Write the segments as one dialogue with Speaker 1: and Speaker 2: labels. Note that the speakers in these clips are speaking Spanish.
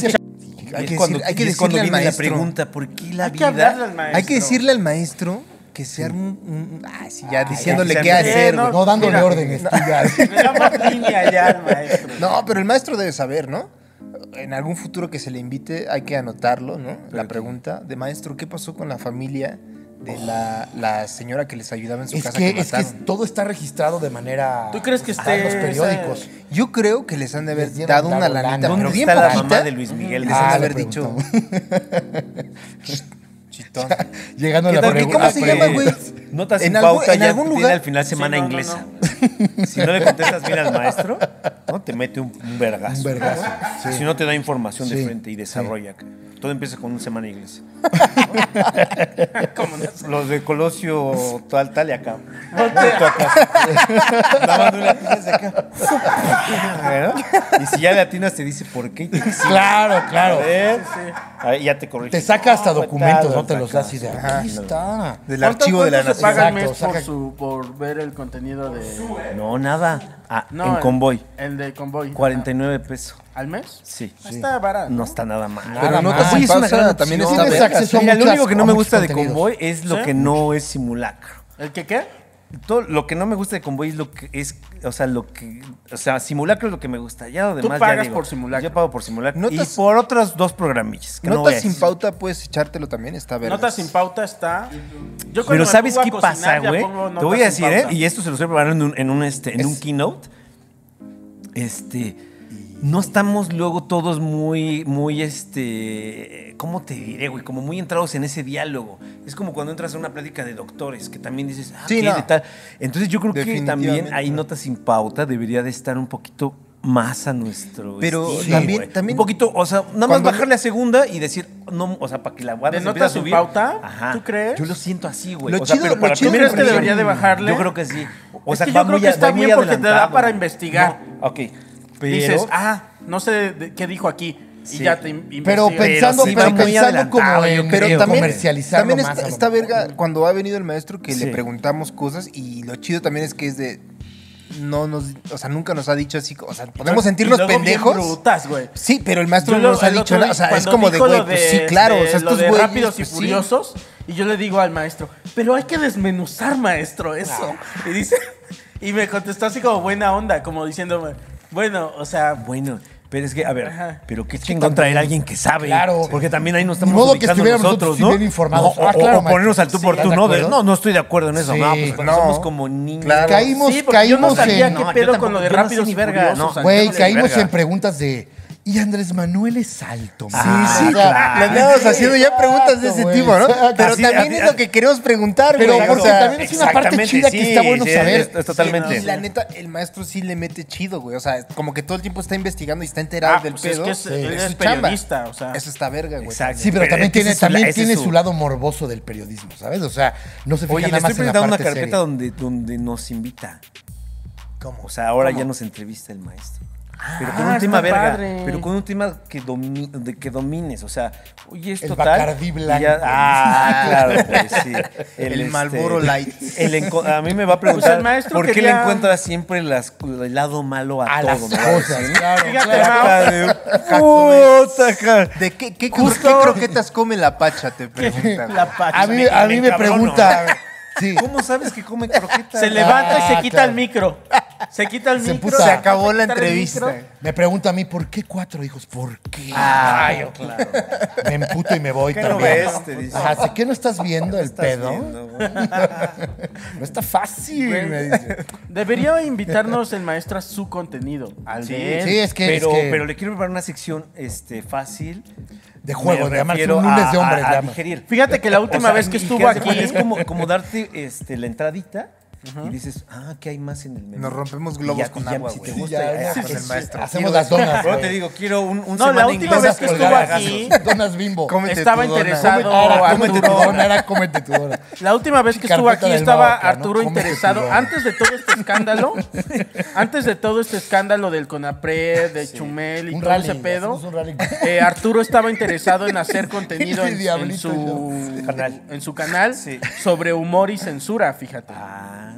Speaker 1: gracias.
Speaker 2: Hay
Speaker 1: es
Speaker 2: que,
Speaker 1: cuando-
Speaker 2: decir- hay que
Speaker 1: y es cuando
Speaker 2: decirle al
Speaker 1: viene la
Speaker 2: maestro.
Speaker 1: pregunta, ¿por qué la
Speaker 3: Hay que
Speaker 1: vida?
Speaker 3: hablarle al maestro.
Speaker 2: Hay que decirle al maestro que se arme un. un- ah, sí, ya diciéndole
Speaker 1: que se
Speaker 2: qué
Speaker 1: arme-
Speaker 2: hacer,
Speaker 3: Eh, no,
Speaker 2: güey.
Speaker 4: No dándole
Speaker 3: Mira.
Speaker 4: órdenes, tú ya.
Speaker 3: Le damos línea ya al maestro.
Speaker 2: No, pero el maestro debe saber, ¿no? En algún futuro que se le invite hay que anotarlo, ¿no? la pregunta de maestro, ¿qué pasó con la familia de la, la señora que les ayudaba en su
Speaker 4: Es
Speaker 2: casa
Speaker 4: que,
Speaker 2: que
Speaker 4: es que
Speaker 2: mataron?
Speaker 4: todo está registrado de manera.
Speaker 3: ¿Tú crees que
Speaker 4: está en los
Speaker 3: esté
Speaker 4: periódicos?
Speaker 2: Yo creo que les han de haber
Speaker 4: Les dieron
Speaker 2: dado una
Speaker 4: dado lana.
Speaker 2: lanita,
Speaker 4: ¿Dónde
Speaker 2: pero
Speaker 1: ¿Dónde
Speaker 2: bien
Speaker 1: está la
Speaker 2: poquita,
Speaker 1: mamá de Luis Miguel?
Speaker 2: Les han de
Speaker 4: Ah,
Speaker 2: haber
Speaker 4: la
Speaker 2: dicho. Chitón.
Speaker 4: Llegando a
Speaker 2: ¿Qué
Speaker 4: la Ah,
Speaker 2: tal? ¿Qué-
Speaker 4: pregunta.
Speaker 2: ¿Cómo se llama, güey?
Speaker 1: Notas
Speaker 2: En
Speaker 1: en
Speaker 2: algún-
Speaker 1: pauta
Speaker 2: en
Speaker 1: ya
Speaker 2: algún
Speaker 1: tiene
Speaker 2: lugar-
Speaker 1: al final semana
Speaker 3: no, no,
Speaker 1: inglesa. Si no le contestas bien al maestro, ¿no? te mete un, un vergazo.
Speaker 4: Un vergazo, sí.
Speaker 1: Si no te da información de
Speaker 4: Sí,
Speaker 1: frente y desarrolla. Todo empieza con un semana inglesa.
Speaker 3: Como no-
Speaker 1: Los de Colosio tal, tal y acá. Junto acá. Lavando una tiza hacia acá. ¿No? Y si ya le atinas, te dice por qué.
Speaker 4: Claro,
Speaker 1: A
Speaker 4: claro.
Speaker 1: ver. A ver, ya te corrige.
Speaker 4: Te saca hasta documentos, no te los
Speaker 1: saca.
Speaker 4: das y de aquí está.
Speaker 2: Del
Speaker 3: ¿Cuánto-
Speaker 2: archivo de la
Speaker 3: cuánto se
Speaker 2: nación.
Speaker 3: paga al
Speaker 4: Exacto,
Speaker 3: mes
Speaker 4: saca-
Speaker 3: por, su, por ver el contenido de...
Speaker 1: No, nada. Ah,
Speaker 3: No,
Speaker 1: en
Speaker 3: el-
Speaker 1: convoy.
Speaker 3: El de convoy.
Speaker 1: 49 pesos.
Speaker 3: Ah, ¿Al mes?
Speaker 1: Sí.
Speaker 3: Está barato.
Speaker 1: No está nada mal.
Speaker 4: Nada Pero no, mal.
Speaker 1: Oye,
Speaker 4: también
Speaker 1: es una
Speaker 2: pasa,
Speaker 1: gran
Speaker 2: también
Speaker 1: opción.
Speaker 2: está
Speaker 1: Tienes
Speaker 2: vergas.
Speaker 1: acceso a
Speaker 4: Mira,
Speaker 1: muchas- lo único que no me
Speaker 4: a muchos
Speaker 1: gusta de
Speaker 4: contenidos.
Speaker 1: Convoy es lo
Speaker 3: ¿Sí?
Speaker 1: que no es simulacro.
Speaker 3: ¿El que qué?
Speaker 1: Todo lo que no me gusta de Convoy es lo que es, o sea, lo que, o sea, simulacro es lo que me gusta. Ya lo demás ya
Speaker 3: pagas
Speaker 1: digo,
Speaker 3: por simulacro.
Speaker 1: Yo pago por simulacro
Speaker 2: Notas-
Speaker 1: y por otras dos programillas que no voy a
Speaker 2: Notas sin
Speaker 1: decir.
Speaker 2: pauta puedes echártelo también, está vergas.
Speaker 3: Notas sin pauta está... Yo
Speaker 1: Pero
Speaker 3: cuando me
Speaker 1: ¿sabes
Speaker 3: pongo a
Speaker 1: qué
Speaker 3: cocinar,
Speaker 1: pasa,
Speaker 3: ya
Speaker 1: güey?
Speaker 3: pongo
Speaker 1: Te
Speaker 3: notas
Speaker 1: voy a
Speaker 3: sin
Speaker 1: decir, ¿eh?
Speaker 3: pauta.
Speaker 1: Y esto se lo estoy preparando en un, en un, este, en un
Speaker 2: Es-
Speaker 1: keynote. Este. No estamos luego todos muy, muy, este, ¿cómo te diré, güey? Como muy entrados en ese diálogo. Es como cuando entras a una plática de doctores, que también dices, ah,
Speaker 2: Sí,
Speaker 1: ¿qué
Speaker 2: no.
Speaker 1: de tal? Entonces yo creo que también
Speaker 2: Definitivamente.
Speaker 1: hay notas sin pauta, debería de estar un poquito más a nuestro
Speaker 2: Pero
Speaker 1: estilo,
Speaker 2: también-
Speaker 1: güey.
Speaker 2: también-
Speaker 1: un poquito o sea nada más
Speaker 2: Cuando-
Speaker 1: bajarle a segunda y decir no o sea para que la guardes
Speaker 3: ¿De
Speaker 1: empiece
Speaker 3: notas
Speaker 1: a
Speaker 3: sin
Speaker 1: subir.
Speaker 3: pauta? ¿Tú crees?
Speaker 1: yo lo siento así güey
Speaker 2: Lo
Speaker 1: o sea,
Speaker 2: chido-
Speaker 1: pero
Speaker 2: lo
Speaker 1: para
Speaker 2: chido
Speaker 1: mí
Speaker 2: es
Speaker 1: me
Speaker 2: que
Speaker 1: parece-
Speaker 3: debería de bajarle.
Speaker 1: Yo creo que sí. O
Speaker 3: Es
Speaker 1: sea,
Speaker 3: que
Speaker 1: va
Speaker 3: yo creo
Speaker 1: muy
Speaker 3: que
Speaker 1: a-
Speaker 3: está
Speaker 1: va muy
Speaker 3: bien porque te da
Speaker 1: adelantado,
Speaker 3: para
Speaker 1: güey.
Speaker 3: investigar.
Speaker 1: No, ok. Pero,
Speaker 3: Dices, ah, no sé de- qué dijo aquí. Y
Speaker 1: Sí.
Speaker 3: ya te in-
Speaker 4: Pero
Speaker 3: investigas.
Speaker 4: pensando,
Speaker 1: sí va
Speaker 4: pero
Speaker 1: muy
Speaker 4: pensando
Speaker 1: adelantado, yo
Speaker 4: como en
Speaker 1: creo.
Speaker 4: en
Speaker 1: También-
Speaker 4: comercializarlo
Speaker 2: También
Speaker 4: más.
Speaker 2: está,
Speaker 4: a lo
Speaker 2: está
Speaker 4: mejor.
Speaker 2: verga cuando ha venido el maestro que
Speaker 1: Sí.
Speaker 2: le preguntamos cosas y lo chido también es que es de no nos, o sea, nunca nos ha dicho así, o sea, podemos
Speaker 3: Y
Speaker 2: sentirnos
Speaker 3: luego bien
Speaker 2: pendejos.
Speaker 3: brutas, güey.
Speaker 2: Sí, pero el maestro
Speaker 3: Yo
Speaker 2: no
Speaker 3: lo-
Speaker 2: nos ha
Speaker 3: el
Speaker 2: dicho
Speaker 3: otro
Speaker 2: nada,
Speaker 3: día,
Speaker 2: o sea, es
Speaker 3: cuando
Speaker 2: como de
Speaker 3: dijo
Speaker 2: güey,
Speaker 3: lo
Speaker 2: pues
Speaker 3: de-
Speaker 2: sí, claro, o
Speaker 3: de
Speaker 2: sea,
Speaker 3: lo
Speaker 2: estos
Speaker 3: de
Speaker 2: güeyes
Speaker 3: rápidos y
Speaker 2: pues, sí.
Speaker 3: furiosos y yo le digo al maestro, "Pero hay que desmenuzar, maestro, eso." Y dice y me contestó así como buena onda, como diciéndome, "Bueno, o sea,
Speaker 1: Bueno, pero es que, a ver,
Speaker 3: Ajá.
Speaker 1: pero qué chingón traer a alguien que sabe.
Speaker 4: Claro.
Speaker 1: Porque también ahí nos
Speaker 4: Ni
Speaker 1: estamos
Speaker 4: modo que
Speaker 1: ubicando
Speaker 4: estuviéramos
Speaker 1: nosotros,
Speaker 4: nosotros
Speaker 1: ¿no?
Speaker 4: bien informados.
Speaker 1: No, o,
Speaker 4: Ah,
Speaker 1: o-
Speaker 4: claro,
Speaker 1: o ponernos al tú
Speaker 4: sí,
Speaker 1: por
Speaker 4: ¿estás
Speaker 1: tú,
Speaker 4: de
Speaker 1: ¿no? De,
Speaker 4: acuerdo?
Speaker 1: no, no estoy de acuerdo en eso.
Speaker 4: Sí.
Speaker 1: No, pues cuando
Speaker 2: No.
Speaker 1: somos como niños.
Speaker 2: Claro.
Speaker 4: Caímos,
Speaker 3: sí, porque yo no
Speaker 4: caímos
Speaker 3: sabía
Speaker 4: en.
Speaker 3: qué
Speaker 1: No, yo
Speaker 3: pedo con
Speaker 1: tampoco-
Speaker 3: lo de
Speaker 1: yo no sé
Speaker 3: rápidos
Speaker 1: ni
Speaker 3: y
Speaker 1: verga,
Speaker 3: furiosos."
Speaker 1: no.
Speaker 3: o sea,
Speaker 4: Güey,
Speaker 3: yo no sé-
Speaker 4: caímos
Speaker 1: verga.
Speaker 4: en preguntas de. Y Andrés Manuel es alto.
Speaker 2: Sí,
Speaker 4: man?"
Speaker 2: sí,
Speaker 4: O sea,
Speaker 2: le andamos haciendo ya preguntas de ese
Speaker 4: Exacto,
Speaker 2: tipo, ¿no?
Speaker 4: güey, Ah, exacto.
Speaker 2: Pero
Speaker 1: Así-
Speaker 2: también
Speaker 1: así-
Speaker 2: es lo que queremos preguntar,
Speaker 4: Pero
Speaker 2: güey, o
Speaker 4: porque
Speaker 2: sea,
Speaker 4: también es una parte
Speaker 1: Exactamente,
Speaker 4: chida que
Speaker 1: sí,
Speaker 4: está bueno
Speaker 1: sí,
Speaker 4: saber.
Speaker 1: es- es totalmente.
Speaker 2: Y la neta, el maestro sí le mete chido, güey. O sea, como que todo el tiempo está investigando y está enterado
Speaker 3: Ah,
Speaker 2: del
Speaker 3: pues es
Speaker 2: pedo.
Speaker 3: que es- él es
Speaker 2: su chamba.
Speaker 3: periodista, o sea.
Speaker 2: Eso está verga, güey.
Speaker 1: Exacto.
Speaker 4: Sí, pero
Speaker 1: Pero
Speaker 4: también
Speaker 1: es que
Speaker 4: tiene,
Speaker 1: ese es su la-
Speaker 4: también
Speaker 1: ese es
Speaker 4: tiene su...
Speaker 1: su-
Speaker 4: lado morboso del periodismo, ¿sabes? O sea, no se fija
Speaker 1: Oye, le
Speaker 4: nada
Speaker 1: estoy
Speaker 4: más en la
Speaker 1: presentando
Speaker 4: parte
Speaker 1: una carpeta
Speaker 4: seria.
Speaker 1: donde, donde nos invita.
Speaker 2: ¿Cómo?
Speaker 1: O sea, ahora ya nos entrevista el maestro. Pero con
Speaker 3: Ah,
Speaker 1: un tema
Speaker 3: está
Speaker 1: verga.
Speaker 3: padre.
Speaker 1: Pero con un tema que, domi- de que domines. O sea, oye, esto
Speaker 4: El
Speaker 1: tal.
Speaker 4: Bacardí
Speaker 1: y ya-
Speaker 4: blanco.
Speaker 1: ah, claro, pues sí.
Speaker 2: El Marlboro Light.
Speaker 1: el enco- a mí me va a preguntar
Speaker 3: el maestro
Speaker 1: por qué
Speaker 3: quería-
Speaker 1: le encuentra siempre las, el lado malo a,
Speaker 4: A las
Speaker 1: todo. me va a decir.
Speaker 4: cosas, claro.
Speaker 3: Fíjate,
Speaker 4: claro.
Speaker 3: Mao,
Speaker 1: Cara de- Puta, cara.
Speaker 2: ¿De qué, qué, qué croquetas come la pacha? Te preguntan.
Speaker 3: la pacha.
Speaker 4: A mí, a mí me
Speaker 1: encabrono.
Speaker 4: pregunta. Sí.
Speaker 1: ¿Cómo sabes que come croquetas?
Speaker 3: se levanta y
Speaker 4: Ah,
Speaker 3: se quita
Speaker 4: claro.
Speaker 3: el micro. Se quita el
Speaker 4: Se
Speaker 3: micro.
Speaker 4: puso- Se
Speaker 2: acabó
Speaker 3: quitar
Speaker 2: la
Speaker 3: el
Speaker 2: entrevista.
Speaker 3: micro.
Speaker 4: Me pregunta a mí, ¿por qué cuatro hijos? ¿Por qué?
Speaker 1: Ah, claro.
Speaker 4: Me emputo y me voy
Speaker 1: ¿Qué no
Speaker 4: también.
Speaker 1: ves? Te dice.
Speaker 4: Ajá, ¿sí que no estás viendo el
Speaker 1: Estás
Speaker 4: pedo?
Speaker 1: viendo, güey.
Speaker 4: No está fácil,
Speaker 3: Güey.
Speaker 4: me dice.
Speaker 3: Debería invitarnos el maestro a su contenido. Al
Speaker 1: Sí,
Speaker 3: de él.
Speaker 4: Sí, es que,
Speaker 1: pero,
Speaker 4: es que
Speaker 1: pero le quiero preparar una sección este, fácil.
Speaker 4: de juego,
Speaker 1: Me
Speaker 4: de llamarse
Speaker 1: refiero
Speaker 4: un lunes de
Speaker 1: a-
Speaker 4: hombres.
Speaker 1: a- a
Speaker 4: le llaman.
Speaker 1: digerir.
Speaker 3: Fíjate que la última
Speaker 1: O sea,
Speaker 3: vez que
Speaker 1: y
Speaker 3: estuvo
Speaker 1: haz de
Speaker 3: aquí.
Speaker 1: cuenta, Es como, como darte este, la entradita y dices, ah, ¿qué hay más en el menú?
Speaker 2: Nos rompemos
Speaker 1: Y
Speaker 2: globos
Speaker 1: ya-
Speaker 2: con
Speaker 1: y ya,
Speaker 2: agua,
Speaker 1: Si te
Speaker 2: güey.
Speaker 1: gusta,
Speaker 4: Sí, ya,
Speaker 1: ya,
Speaker 4: ya,
Speaker 1: con
Speaker 4: sí,
Speaker 1: el
Speaker 4: sí.
Speaker 1: maestro.
Speaker 4: Hacemos las donas.
Speaker 1: Pero
Speaker 4: güey.
Speaker 1: te digo, quiero un, un
Speaker 3: No, la
Speaker 1: Semana
Speaker 3: última
Speaker 1: Inglesa
Speaker 3: vez que estuvo
Speaker 1: colgada.
Speaker 3: aquí.
Speaker 4: Donas bimbo.
Speaker 2: Cómete
Speaker 3: Estaba
Speaker 2: tu dona.
Speaker 3: interesado.
Speaker 4: Ahora,
Speaker 3: Arturo.
Speaker 4: cómete tu dona, ahora cómete tu dona.
Speaker 3: La última vez que estuvo
Speaker 4: Carpeta
Speaker 3: aquí
Speaker 4: del
Speaker 3: estaba
Speaker 4: Mauca, ¿no?
Speaker 3: Arturo
Speaker 4: Cómete tu
Speaker 3: interesado.
Speaker 4: dona.
Speaker 3: Antes de todo este escándalo, antes de todo este escándalo del Conapred, de Chumel y
Speaker 4: Un
Speaker 3: todo
Speaker 4: rally,
Speaker 3: ese pedo,
Speaker 4: hacemos un rally.
Speaker 3: eh, Arturo estaba interesado en hacer contenido
Speaker 4: Este
Speaker 3: en, en
Speaker 4: diablito,
Speaker 3: su
Speaker 1: Canal.
Speaker 3: en su canal
Speaker 1: Sí.
Speaker 3: sobre humor y censura, fíjate.
Speaker 1: Ah,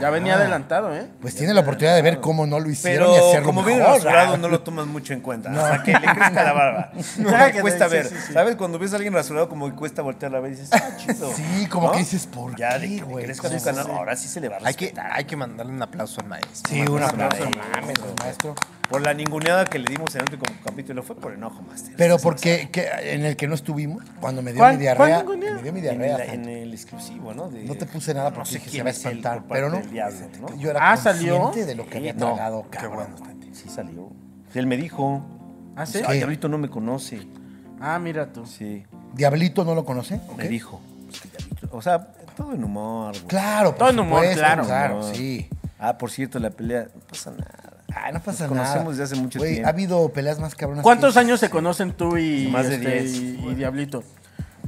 Speaker 3: Ya venía adelantado, ¿eh?
Speaker 4: Pues tiene la oportunidad de ver cómo no lo hicieron
Speaker 1: Pero
Speaker 4: y hacerlo
Speaker 1: como viene
Speaker 4: mejor.
Speaker 1: rasurado no lo tomas mucho en cuenta. Hasta que le crezca la barba.
Speaker 3: Ya
Speaker 1: Como
Speaker 3: que
Speaker 1: cuesta
Speaker 3: sí,
Speaker 1: ver.
Speaker 3: sí, sí.
Speaker 1: ¿Sabes? Cuando ves a alguien rasurado como que cuesta voltear la vez y dices, ah, chido.
Speaker 4: Sí, como
Speaker 1: ¿No?
Speaker 4: que dices, ¿por
Speaker 1: Ya de
Speaker 4: qué,
Speaker 1: que le
Speaker 4: güey?
Speaker 1: crezca
Speaker 4: ¿Cómo?
Speaker 1: su canal. Ahora sí se le va a
Speaker 2: Hay que,
Speaker 1: respetar.
Speaker 2: hay que mandarle un aplauso al maestro.
Speaker 4: Sí, un aplauso,
Speaker 1: aplauso,
Speaker 4: mames, maestro.
Speaker 1: Por la ninguneada que le dimos en el último capítulo fue por enojo, Master.
Speaker 4: Pero porque que- en el que no estuvimos, cuando me dio
Speaker 3: ¿Cuál-
Speaker 4: mi diarrea,
Speaker 3: cuál ningunea?
Speaker 4: me dio mi
Speaker 1: en
Speaker 4: diarrea.
Speaker 1: el,
Speaker 4: Santo.
Speaker 1: en el exclusivo, ¿no? De-
Speaker 4: no te puse nada porque
Speaker 1: sé
Speaker 4: dije, se
Speaker 1: quién
Speaker 4: va a
Speaker 1: es él
Speaker 4: espantar,
Speaker 1: por parte
Speaker 4: pero no.
Speaker 1: del diablo, ¿no?
Speaker 4: Yo era
Speaker 3: Ah, ¿salió?
Speaker 4: consciente de lo que había
Speaker 1: Sí, no,
Speaker 4: tragado,
Speaker 1: qué
Speaker 4: cabrón.
Speaker 1: Sí salió. Él me dijo.
Speaker 3: ¿Ah, sí?
Speaker 1: Ay, Diablito no me conoce.
Speaker 3: Ah, mira tú.
Speaker 1: Sí.
Speaker 4: ¿Diablito no lo conoce?
Speaker 1: Me
Speaker 4: ¿ok?
Speaker 1: dijo. Es que Diablito- O sea, todo en humor, güey.
Speaker 4: Claro,
Speaker 3: Todo
Speaker 4: por
Speaker 3: en humor,
Speaker 4: supuesto,
Speaker 3: claro.
Speaker 4: claro,
Speaker 1: Humor.
Speaker 4: sí.
Speaker 1: Ah, por cierto, la pelea. No pasa nada.
Speaker 4: Ah, no pasa
Speaker 1: Nos
Speaker 4: nada.
Speaker 1: conocemos desde hace mucho
Speaker 4: Güey,
Speaker 1: tiempo.
Speaker 4: Ha habido peleas más cabronas.
Speaker 3: ¿Cuántos
Speaker 4: que-
Speaker 3: años se conocen tú y, este,
Speaker 1: Más de 10.
Speaker 3: y, y Diablito?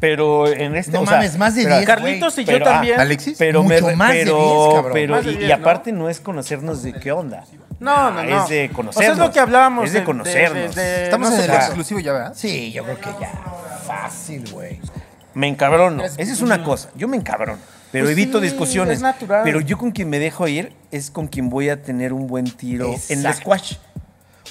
Speaker 1: Pero en este.
Speaker 4: No
Speaker 1: o sea,
Speaker 4: mames, más de
Speaker 1: pero-
Speaker 4: 10.
Speaker 3: Carlitos y yo
Speaker 1: pero, ah,
Speaker 3: también.
Speaker 2: ¿Alexis?
Speaker 1: Pero
Speaker 4: Mucho
Speaker 1: me-
Speaker 4: más de
Speaker 1: pero,
Speaker 4: 10, cabrón.
Speaker 1: pero-
Speaker 3: Más de
Speaker 1: y, y
Speaker 3: 10, ¿no?
Speaker 1: aparte ¿no? es conocernos de qué onda.
Speaker 3: No, no,
Speaker 1: Ah,
Speaker 3: no.
Speaker 1: Es de
Speaker 3: O
Speaker 1: conocernos.
Speaker 3: sea, es lo que hablábamos.
Speaker 1: Es de
Speaker 3: de-
Speaker 1: conocernos.
Speaker 3: de- de- de-
Speaker 2: Estamos
Speaker 3: no
Speaker 2: en
Speaker 3: sé
Speaker 2: el
Speaker 3: qué.
Speaker 2: exclusivo ya, ¿verdad?
Speaker 4: Sí, yo creo que ya. Fácil, güey.
Speaker 1: Me encabrono. Esa es una cosa. Yo me encabrono. Pero
Speaker 3: Pues
Speaker 1: evito
Speaker 3: sí,
Speaker 1: discusiones.
Speaker 3: es natural.
Speaker 1: Pero yo con quien me dejo ir es con quien voy a tener un buen tiro en el
Speaker 4: Exacto.
Speaker 1: squash.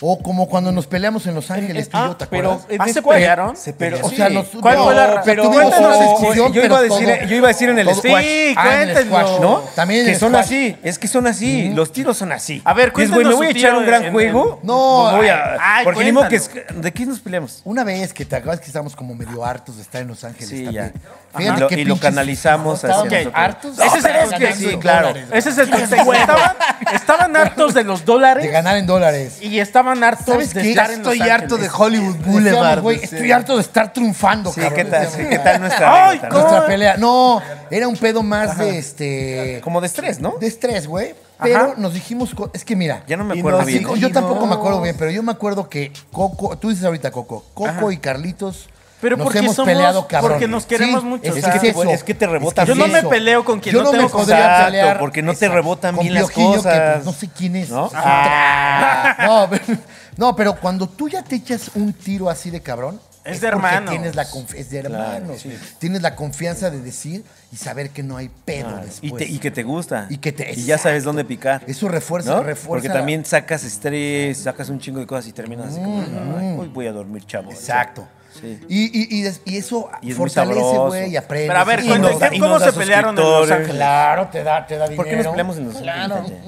Speaker 4: O como cuando nos peleamos en Los Ángeles, tú y yo, ¿te acuerdas?
Speaker 1: eh, Pero,
Speaker 3: ¿Ah,
Speaker 1: de
Speaker 3: se
Speaker 1: squash.
Speaker 3: pelearon?
Speaker 1: Se
Speaker 4: Pero,
Speaker 1: pelearon.
Speaker 4: o sea,
Speaker 1: Sí.
Speaker 4: nos-
Speaker 3: ¿Cuál fue la ra-
Speaker 4: pero
Speaker 3: No,
Speaker 4: tuvimos
Speaker 3: cuéntanos,
Speaker 4: una
Speaker 3: o-
Speaker 4: discusión,
Speaker 1: yo,
Speaker 4: pero
Speaker 1: iba a decir,
Speaker 4: todo-
Speaker 1: yo iba a decir en el
Speaker 4: todo-
Speaker 1: squash.
Speaker 3: Sí,
Speaker 4: Ah, en el
Speaker 3: cuéntenlo.
Speaker 4: squash,
Speaker 1: ¿No?
Speaker 4: También en
Speaker 1: que
Speaker 4: el
Speaker 1: son
Speaker 4: squash.
Speaker 1: así, es que son así, los tiros son así.
Speaker 3: A ver,
Speaker 1: Dices, güey, me
Speaker 3: cuéntanos
Speaker 1: voy a
Speaker 3: su
Speaker 1: echar
Speaker 3: tiro
Speaker 1: un gran
Speaker 3: en- en-
Speaker 1: juego.
Speaker 4: No,
Speaker 1: me voy a-
Speaker 3: ay,
Speaker 1: porque ni modo que
Speaker 3: cuéntalo.
Speaker 1: es- ¿de qué nos peleamos?
Speaker 4: Una vez que te acabas que estábamos como medio hartos de estar en Los Ángeles
Speaker 1: Sí,
Speaker 4: también.
Speaker 1: ya. Ajá. Y lo- y lo canalizamos
Speaker 4: hacia
Speaker 1: hacia
Speaker 4: nosotros.
Speaker 1: nosotros.
Speaker 4: hartos.
Speaker 3: Ese es el
Speaker 4: pero
Speaker 3: que-
Speaker 4: ganando
Speaker 1: sí,
Speaker 4: en
Speaker 1: claro.
Speaker 4: dólares, güey.
Speaker 3: Ese es el contexto. Estaban, estaban hartos de los dólares
Speaker 4: De ganar en dólares.
Speaker 3: y estaban hartos
Speaker 4: ¿Sabes
Speaker 3: de
Speaker 4: qué?
Speaker 3: estar
Speaker 4: Ya
Speaker 3: en
Speaker 2: Estoy
Speaker 3: Los
Speaker 2: harto de
Speaker 3: Ángeles.
Speaker 2: Hollywood Boulevard.
Speaker 4: Decíamos, güey,
Speaker 2: decía.
Speaker 4: estoy harto de estar triunfando,
Speaker 1: Sí,
Speaker 4: cabrón.
Speaker 1: ¿qué tal, sí,
Speaker 4: decíamos.
Speaker 1: ¿qué tal nuestra
Speaker 3: Ay,
Speaker 1: anécdota, no?
Speaker 3: ¿cómo?
Speaker 4: Nuestra pelea. No, era un pedo más de este.
Speaker 1: Como de estrés, ¿no?
Speaker 4: De estrés, güey.
Speaker 3: Ajá.
Speaker 4: Pero nos dijimos. co- Es que mira.
Speaker 1: Ya no me
Speaker 4: y
Speaker 1: acuerdo
Speaker 4: nos
Speaker 1: bien. ¿eh?
Speaker 4: dijo- yo tampoco me acuerdo bien, pero yo me acuerdo que Coco. Tú dices ahorita Coco. Coco y Carlitos.
Speaker 3: Pero
Speaker 4: nos
Speaker 3: porque
Speaker 4: hemos
Speaker 3: somos-
Speaker 4: peleado, cabrón.
Speaker 3: porque nos queremos mucho, o
Speaker 4: Es,
Speaker 3: sea.
Speaker 4: que es, eso.
Speaker 1: Es que te rebotan
Speaker 4: que
Speaker 1: bien. Yo
Speaker 4: es
Speaker 1: no me
Speaker 4: eso.
Speaker 3: peleo con quien
Speaker 4: Yo
Speaker 3: no
Speaker 4: me
Speaker 3: tengo
Speaker 4: podría
Speaker 1: contacto,
Speaker 4: pelear,
Speaker 1: porque no te rebotan
Speaker 4: con
Speaker 1: bien las
Speaker 4: Piojillo, que,
Speaker 1: cosas.
Speaker 4: pues, no sé quién es.
Speaker 1: ¿No? Ah.
Speaker 4: Es un tra- No, pero, no, pero cuando tú ya te echas un tiro así de cabrón.
Speaker 3: Es de
Speaker 4: porque
Speaker 3: hermanos.
Speaker 4: Tienes la conf- es de hermanos. Tienes la confianza de decir y saber que no hay pedo
Speaker 1: Ah, Y,
Speaker 4: después.
Speaker 1: te- y que te gusta.
Speaker 4: Y que te-
Speaker 1: Y ya sabes dónde picar.
Speaker 4: Eso refuerza,
Speaker 1: ¿no?
Speaker 4: refuerza.
Speaker 1: Porque también sacas estrés, sacas un chingo de cosas y terminas así como, "Ay, hoy voy a dormir, chavo.
Speaker 4: Exacto.
Speaker 1: Sí.
Speaker 4: Y, y, y, des- y eso
Speaker 1: Y es muy
Speaker 4: fortalece,
Speaker 1: sabroso.
Speaker 4: güey, y aprendes.
Speaker 3: Pero a ver,
Speaker 4: Y
Speaker 1: cuenta,
Speaker 4: nos da-
Speaker 3: cuéntenme
Speaker 1: y
Speaker 3: cómo
Speaker 1: nos da
Speaker 3: se pelearon en Los
Speaker 1: suscriptores.
Speaker 3: Ángeles.
Speaker 4: Claro, te da, te da dinero.
Speaker 1: ¿Por qué nos peleamos en los eh?
Speaker 4: Claro.
Speaker 1: Ángeles?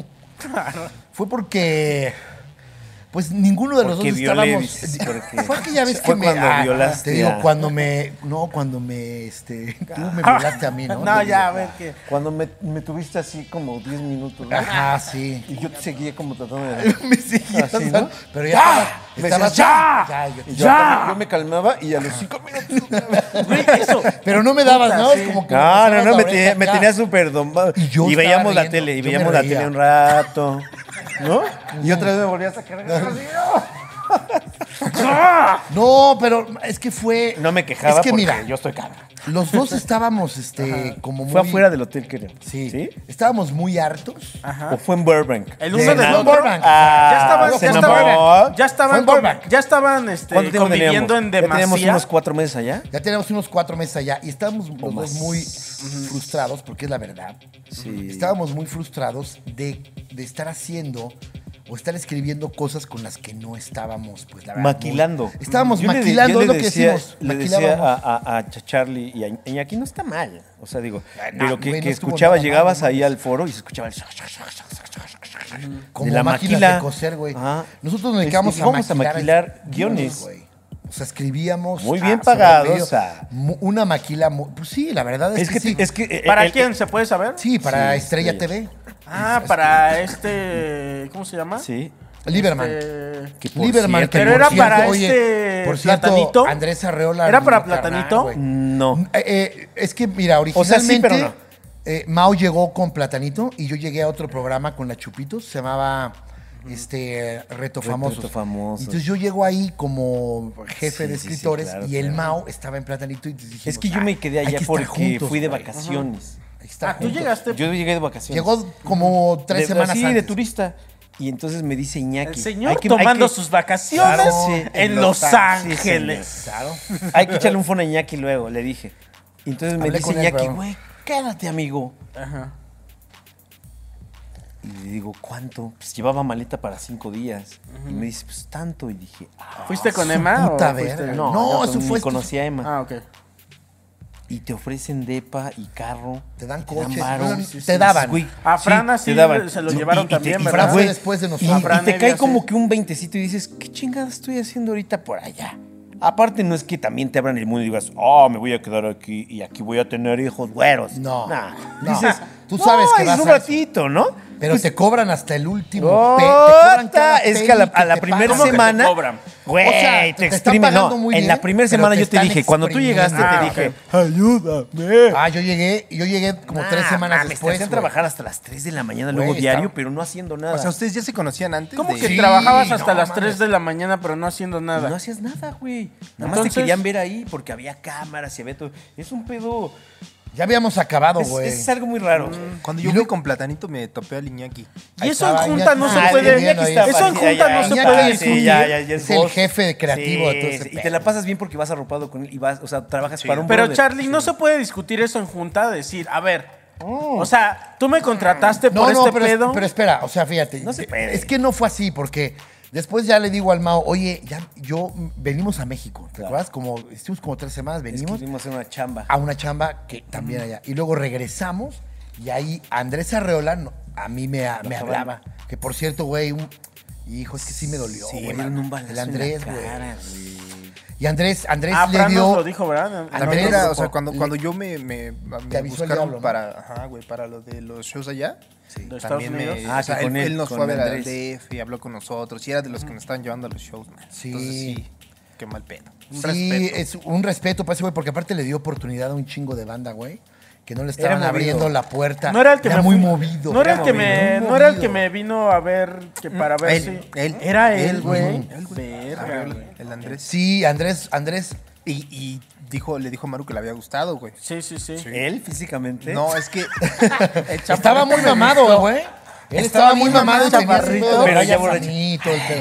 Speaker 4: Fue porque. Pues ninguno de los
Speaker 1: Porque
Speaker 4: dos
Speaker 1: violé,
Speaker 4: estábamos.
Speaker 1: dices, porque-
Speaker 4: Fue que ya ves
Speaker 1: Fue
Speaker 4: que me. ah,
Speaker 1: cuando violaste
Speaker 4: Te digo,
Speaker 1: a-
Speaker 4: cuando me. No, cuando me. Este, tú me violaste a mí, ¿no?
Speaker 3: Ah, No, ya, a ver qué.
Speaker 1: Cuando me, me tuviste así como 10 minutos. ¿no?
Speaker 4: Ajá, sí.
Speaker 1: Y yo te seguía como tratando de.
Speaker 4: me seguías,
Speaker 1: Así, ¿Ah, ¿no?
Speaker 4: Pero
Speaker 3: ¡Ah!
Speaker 4: ya.
Speaker 1: Me
Speaker 4: estabas-
Speaker 1: decías, ¡ya!
Speaker 4: Ya, yo te-
Speaker 1: Y yo,
Speaker 3: ¡Ya!
Speaker 1: yo me calmaba y a los 5 minutos.
Speaker 3: Güey, eso.
Speaker 4: Pero no me dabas,
Speaker 3: Puta,
Speaker 4: ¿no?
Speaker 3: sí.
Speaker 4: Es como que.
Speaker 1: No, no,
Speaker 4: pasabas
Speaker 1: no,
Speaker 4: la
Speaker 1: me,
Speaker 4: oreja
Speaker 1: tenía- me
Speaker 4: acá.
Speaker 1: tenía súper dombado.
Speaker 4: Y yo
Speaker 1: Y,
Speaker 4: estaba
Speaker 1: veíamos la
Speaker 4: riendo,
Speaker 1: tele, y
Speaker 4: yo me
Speaker 1: veíamos la
Speaker 4: reía.
Speaker 1: tele un rato, ¿no? Y otra vez me volvías a cargar.
Speaker 4: No, pero es que fue.
Speaker 1: No me quejaba
Speaker 4: Es que
Speaker 1: porque
Speaker 4: mira,
Speaker 1: yo estoy cabra.
Speaker 4: los dos estábamos este, como muy.
Speaker 1: Fue afuera del hotel, creo.
Speaker 4: Sí. Estábamos muy hartos.
Speaker 1: ¿O fue en Burbank?
Speaker 3: El uno
Speaker 4: De-
Speaker 3: del
Speaker 4: no,
Speaker 3: otro.
Speaker 4: Burbank.
Speaker 1: Ah,
Speaker 3: ya estaban,
Speaker 1: se
Speaker 3: ya
Speaker 1: enamoró.
Speaker 3: estaban, ya
Speaker 4: Fue
Speaker 3: estaban,
Speaker 4: en
Speaker 3: con-
Speaker 4: Burbank.
Speaker 3: ya estaban este,
Speaker 1: ¿Cuánto tiempo
Speaker 3: conviviendo
Speaker 1: teníamos?
Speaker 3: en
Speaker 1: ¿Ya teníamos
Speaker 3: demasía.
Speaker 1: unos cuatro meses allá.
Speaker 4: Ya teníamos unos cuatro meses allá y estábamos los dos
Speaker 1: más.
Speaker 4: muy frustrados, porque es la verdad.
Speaker 1: Sí.
Speaker 4: Estábamos muy frustrados de, de estar haciendo o estar escribiendo cosas con las que no estábamos, pues la verdad. muy-
Speaker 1: Maquilando.
Speaker 4: estábamos
Speaker 1: Yo le-
Speaker 4: maquilando,
Speaker 1: yo
Speaker 4: es
Speaker 1: le
Speaker 4: lo que
Speaker 1: decía-
Speaker 4: decimos.
Speaker 1: Le decía
Speaker 4: maquilábamos.
Speaker 1: a, a- a Charlie y a Iñaki, no está mal. O sea, digo,
Speaker 4: Ah, no,
Speaker 1: pero que,
Speaker 4: güey, no
Speaker 1: que
Speaker 4: estuvo
Speaker 1: escuchaba,
Speaker 4: nada mal,
Speaker 1: llegabas
Speaker 4: no
Speaker 1: ahí
Speaker 4: mames.
Speaker 1: al foro y se escuchaba el...
Speaker 4: como
Speaker 1: de la
Speaker 4: máquinas
Speaker 1: maquila.
Speaker 4: de coser, güey.
Speaker 1: Ajá.
Speaker 4: Nosotros nos dedicamos
Speaker 1: Es-
Speaker 4: a
Speaker 1: vamos a
Speaker 4: maquilar,
Speaker 1: maquilar guiones.
Speaker 4: güey. O sea, escribíamos.
Speaker 1: Muy bien
Speaker 4: sobre
Speaker 1: pagados,
Speaker 4: medio,
Speaker 1: a-
Speaker 4: mu- Una maquila. mu- Pues sí, la verdad es,
Speaker 1: Es que...
Speaker 4: sí.
Speaker 1: ti- Es que eh,
Speaker 3: ¿Para
Speaker 1: el-
Speaker 3: quién se puede saber?
Speaker 4: Sí, para
Speaker 1: Sí,
Speaker 4: Estrella,
Speaker 1: Estrella.
Speaker 4: TV.
Speaker 3: Ah, para este, ¿cómo se llama?
Speaker 1: Sí.
Speaker 4: Lieberman.
Speaker 3: Eh,
Speaker 1: Que por
Speaker 4: Lieberman,
Speaker 1: cierto-
Speaker 4: que
Speaker 3: Pero
Speaker 4: por
Speaker 3: era
Speaker 4: cierto,
Speaker 3: para
Speaker 4: oye,
Speaker 3: este
Speaker 4: por cierto,
Speaker 3: Platanito.
Speaker 4: Andrés Arreola.
Speaker 3: ¿Era
Speaker 4: no,
Speaker 3: para
Speaker 4: carnal,
Speaker 3: Platanito?
Speaker 4: güey.
Speaker 1: No.
Speaker 4: Eh, eh, es que, mira,
Speaker 1: O sea,
Speaker 4: originalmente.
Speaker 1: sí, pero no.
Speaker 4: eh, Mao llegó con Platanito y yo llegué a otro programa con la Chupitos, se llamaba este Reto Famosos.
Speaker 1: Reto Famosos.
Speaker 4: Entonces yo llego ahí como jefe
Speaker 1: Sí,
Speaker 4: de
Speaker 1: sí, sí,
Speaker 4: escritores
Speaker 1: claro,
Speaker 4: y el
Speaker 1: claro.
Speaker 4: Mao estaba en Platanito y dijimos,
Speaker 1: Es que yo
Speaker 4: "Ah,
Speaker 1: me quedé
Speaker 4: hay
Speaker 1: allá
Speaker 4: que estar
Speaker 1: porque
Speaker 4: juntos,
Speaker 1: fui de
Speaker 4: güey".
Speaker 1: vacaciones.
Speaker 4: Hay que estar
Speaker 3: Ah, tú
Speaker 4: juntos.
Speaker 3: llegaste.
Speaker 1: Yo llegué de vacaciones.
Speaker 4: Llegó como tres
Speaker 1: de,
Speaker 4: semanas
Speaker 1: así, de
Speaker 4: antes.
Speaker 1: turista. Y entonces me dice Iñaki.
Speaker 3: El señor
Speaker 1: hay que- hay
Speaker 3: tomando
Speaker 1: que-
Speaker 3: sus vacaciones
Speaker 1: Claro, sí,
Speaker 3: en Los
Speaker 1: Sí,
Speaker 3: Ángeles.
Speaker 4: Claro.
Speaker 1: Hay que echarle un phone a Iñaki luego, le dije. Y entonces me
Speaker 4: Hablé
Speaker 1: dice
Speaker 4: con él,
Speaker 1: Iñaki,
Speaker 4: pero-
Speaker 1: güey, quédate, amigo.
Speaker 3: Ajá.
Speaker 1: Y le digo, ¿cuánto? Pues llevaba maleta para cinco días. Y me dice, pues tanto. Y dije, ah,
Speaker 3: ¿Fuiste con
Speaker 4: su
Speaker 3: Emma?
Speaker 4: puta
Speaker 3: o fuiste-
Speaker 4: verga.
Speaker 1: no,
Speaker 4: Ah, No,
Speaker 1: no,
Speaker 4: eso
Speaker 1: ni
Speaker 4: fue- este
Speaker 1: conocí a Emma.
Speaker 3: Ah, ok.
Speaker 1: Y te ofrecen depa y carro.
Speaker 4: Te dan coches,
Speaker 1: varo.
Speaker 4: te dan- te daban.
Speaker 1: Güey,
Speaker 3: A Fran así
Speaker 1: te daban.
Speaker 3: se lo
Speaker 1: Y-
Speaker 3: llevaron
Speaker 1: y- y te-
Speaker 3: también,
Speaker 1: y
Speaker 3: ¿verdad?
Speaker 1: Fran fue
Speaker 4: Fue después de nosotros.
Speaker 1: Y,
Speaker 4: A
Speaker 3: Fran
Speaker 1: y te
Speaker 3: Evia,
Speaker 1: cae
Speaker 3: sí.
Speaker 1: como que un veintecito y dices, ¿qué chingada estoy haciendo ahorita por allá? Aparte, no es que también te abran el mundo y digas, oh, me voy a quedar aquí y aquí voy a tener hijos güeros.
Speaker 4: No,
Speaker 1: Nah.
Speaker 4: no.
Speaker 1: Dices,
Speaker 4: Tú sabes
Speaker 1: "No,
Speaker 4: que
Speaker 1: es
Speaker 4: vas
Speaker 1: un
Speaker 4: a eso".
Speaker 1: ratito, ¿no?
Speaker 4: Pero te cobran hasta el último.
Speaker 1: Oh,
Speaker 4: pe- te cobran cada
Speaker 1: ta- Pues es
Speaker 4: penny
Speaker 1: que a la, a la
Speaker 4: te
Speaker 1: primera
Speaker 4: pagan.
Speaker 3: ¿Cómo que te
Speaker 1: semana.
Speaker 3: cobran?
Speaker 1: Güey,
Speaker 4: O sea, te
Speaker 1: te
Speaker 4: están
Speaker 1: exprimen. No,
Speaker 4: pagando muy
Speaker 1: en la
Speaker 4: bien,
Speaker 1: primera
Speaker 4: pero
Speaker 1: semana
Speaker 4: te
Speaker 1: yo te
Speaker 4: están
Speaker 1: dije, cuando tú llegaste,
Speaker 4: exprimiendo.
Speaker 1: te
Speaker 3: Ah,
Speaker 1: dije,
Speaker 4: Ah, yo llegué, yo llegué como
Speaker 1: Nah,
Speaker 4: tres semanas
Speaker 1: mames,
Speaker 4: después.
Speaker 1: Te hacían
Speaker 4: güey.
Speaker 1: trabajar hasta las 3 de la mañana,
Speaker 4: Güey,
Speaker 1: luego diario,
Speaker 4: estaba-
Speaker 1: pero no haciendo nada.
Speaker 2: O sea, ¿ustedes ya se conocían antes?
Speaker 3: ¿Cómo
Speaker 2: de-
Speaker 3: que
Speaker 4: Sí,
Speaker 3: trabajabas hasta
Speaker 4: no
Speaker 3: las
Speaker 4: mames.
Speaker 3: 3 de la mañana pero no haciendo nada?
Speaker 1: no hacías nada, güey. Nada más
Speaker 3: Entonces-
Speaker 1: te querían ver ahí porque había cámaras y había todo. Es un pedo.
Speaker 4: Ya habíamos acabado,
Speaker 1: Es,
Speaker 4: güey. Mm.
Speaker 1: es algo muy raro.
Speaker 2: Cuando
Speaker 4: Y
Speaker 2: yo
Speaker 4: luego-
Speaker 2: fui con Platanito me topé al Iñaki.
Speaker 3: y
Speaker 4: Ahí
Speaker 3: eso
Speaker 4: estaba,
Speaker 3: en junta
Speaker 4: ya-
Speaker 3: no
Speaker 4: Ah,
Speaker 3: se
Speaker 4: el
Speaker 3: puede.
Speaker 4: Iñaki estaba
Speaker 3: Eso en
Speaker 1: Sí, ya,
Speaker 3: junta
Speaker 1: ya,
Speaker 3: no se
Speaker 1: ya,
Speaker 3: puede
Speaker 1: sí, ya, ya,
Speaker 3: discutir.
Speaker 1: ya,
Speaker 4: Es el
Speaker 1: boss.
Speaker 4: jefe creativo de todo ese
Speaker 1: Y te
Speaker 4: pedo.
Speaker 1: la pasas bien porque vas arropado con él y vas, o sea, trabajas para un
Speaker 3: Pero
Speaker 1: brother. pues,
Speaker 3: Charlie, no se puede discutir eso en junta, decir, a ver, o sea, tú me contrataste
Speaker 4: No,
Speaker 3: por
Speaker 4: no,
Speaker 3: este
Speaker 4: pero,
Speaker 3: pedo.
Speaker 4: pero espera, o sea, fíjate.
Speaker 1: No se puede.
Speaker 4: Es que no fue así, porque después ya le digo al Mao, oye, ya yo venimos a México, ¿te
Speaker 1: Claro.
Speaker 4: acuerdas? Como, estuvimos como tres semanas,
Speaker 1: Es que
Speaker 4: venimos Ah,
Speaker 1: Estuvimos en una chamba.
Speaker 4: a una chamba que también allá. Y luego regresamos y ahí Andrés Arreola no- a mí me, a- me hablaba. Que por cierto, güey, un- hijo, es que sí me dolió,
Speaker 1: Sí,
Speaker 4: güey.
Speaker 1: me dieron un balazo
Speaker 4: El
Speaker 1: en la
Speaker 4: Andrés, güey.
Speaker 1: cara,
Speaker 4: Y Andrés, Andrés
Speaker 3: Ah,
Speaker 4: le
Speaker 3: Fran nos lo
Speaker 4: dio...
Speaker 3: dijo, ¿verdad?
Speaker 4: A
Speaker 2: La
Speaker 4: ver,
Speaker 2: manera, o
Speaker 4: grupo,
Speaker 2: sea, cuando,
Speaker 4: le-
Speaker 2: cuando yo me, me, me
Speaker 4: Te avisó el
Speaker 2: buscaron
Speaker 4: diablo, ¿no?
Speaker 2: para, ajá, güey, para lo de los shows allá,
Speaker 3: ¿De Estados
Speaker 2: también me,
Speaker 3: Unidos?
Speaker 1: Ah,
Speaker 2: o sea,
Speaker 1: que
Speaker 2: él,
Speaker 1: con él,
Speaker 2: él nos
Speaker 1: con
Speaker 2: fue a ver al
Speaker 1: Andrés.
Speaker 2: DF y habló con nosotros y era de los que nos estaban llevando a los shows, man.
Speaker 4: Sí.
Speaker 2: Entonces, sí, qué mal pedo. Un
Speaker 4: sí,
Speaker 2: respeto.
Speaker 4: es un respeto para ese güey, porque aparte le dio oportunidad a un chingo de banda, güey. Que no le estaban
Speaker 1: movido.
Speaker 4: abriendo la puerta.
Speaker 3: No era el que me
Speaker 4: muy
Speaker 3: fui-
Speaker 4: movido.
Speaker 3: No era, el que
Speaker 4: movido,
Speaker 3: me,
Speaker 4: muy
Speaker 3: no era el
Speaker 4: movido.
Speaker 3: que me vino a ver que para ver
Speaker 2: Él,
Speaker 3: si
Speaker 2: él,
Speaker 3: era
Speaker 2: él,
Speaker 3: él, güey.
Speaker 2: ujú, él,
Speaker 3: Verga, güey.
Speaker 2: El Andrés.
Speaker 4: Sí, Andrés, Andrés.
Speaker 2: Y, y dijo, le dijo a Maru que le había gustado, güey.
Speaker 3: Sí, sí, sí.
Speaker 1: Él físicamente.
Speaker 2: No, es que.
Speaker 4: Estaba muy mamado, güey.
Speaker 2: Estaba
Speaker 4: Él estaba muy
Speaker 2: bien
Speaker 4: mamado y tenía ese
Speaker 2: chaparrito,
Speaker 4: pedo de
Speaker 1: pero
Speaker 4: rayas
Speaker 1: ya borracho.
Speaker 4: sanito, el pedo.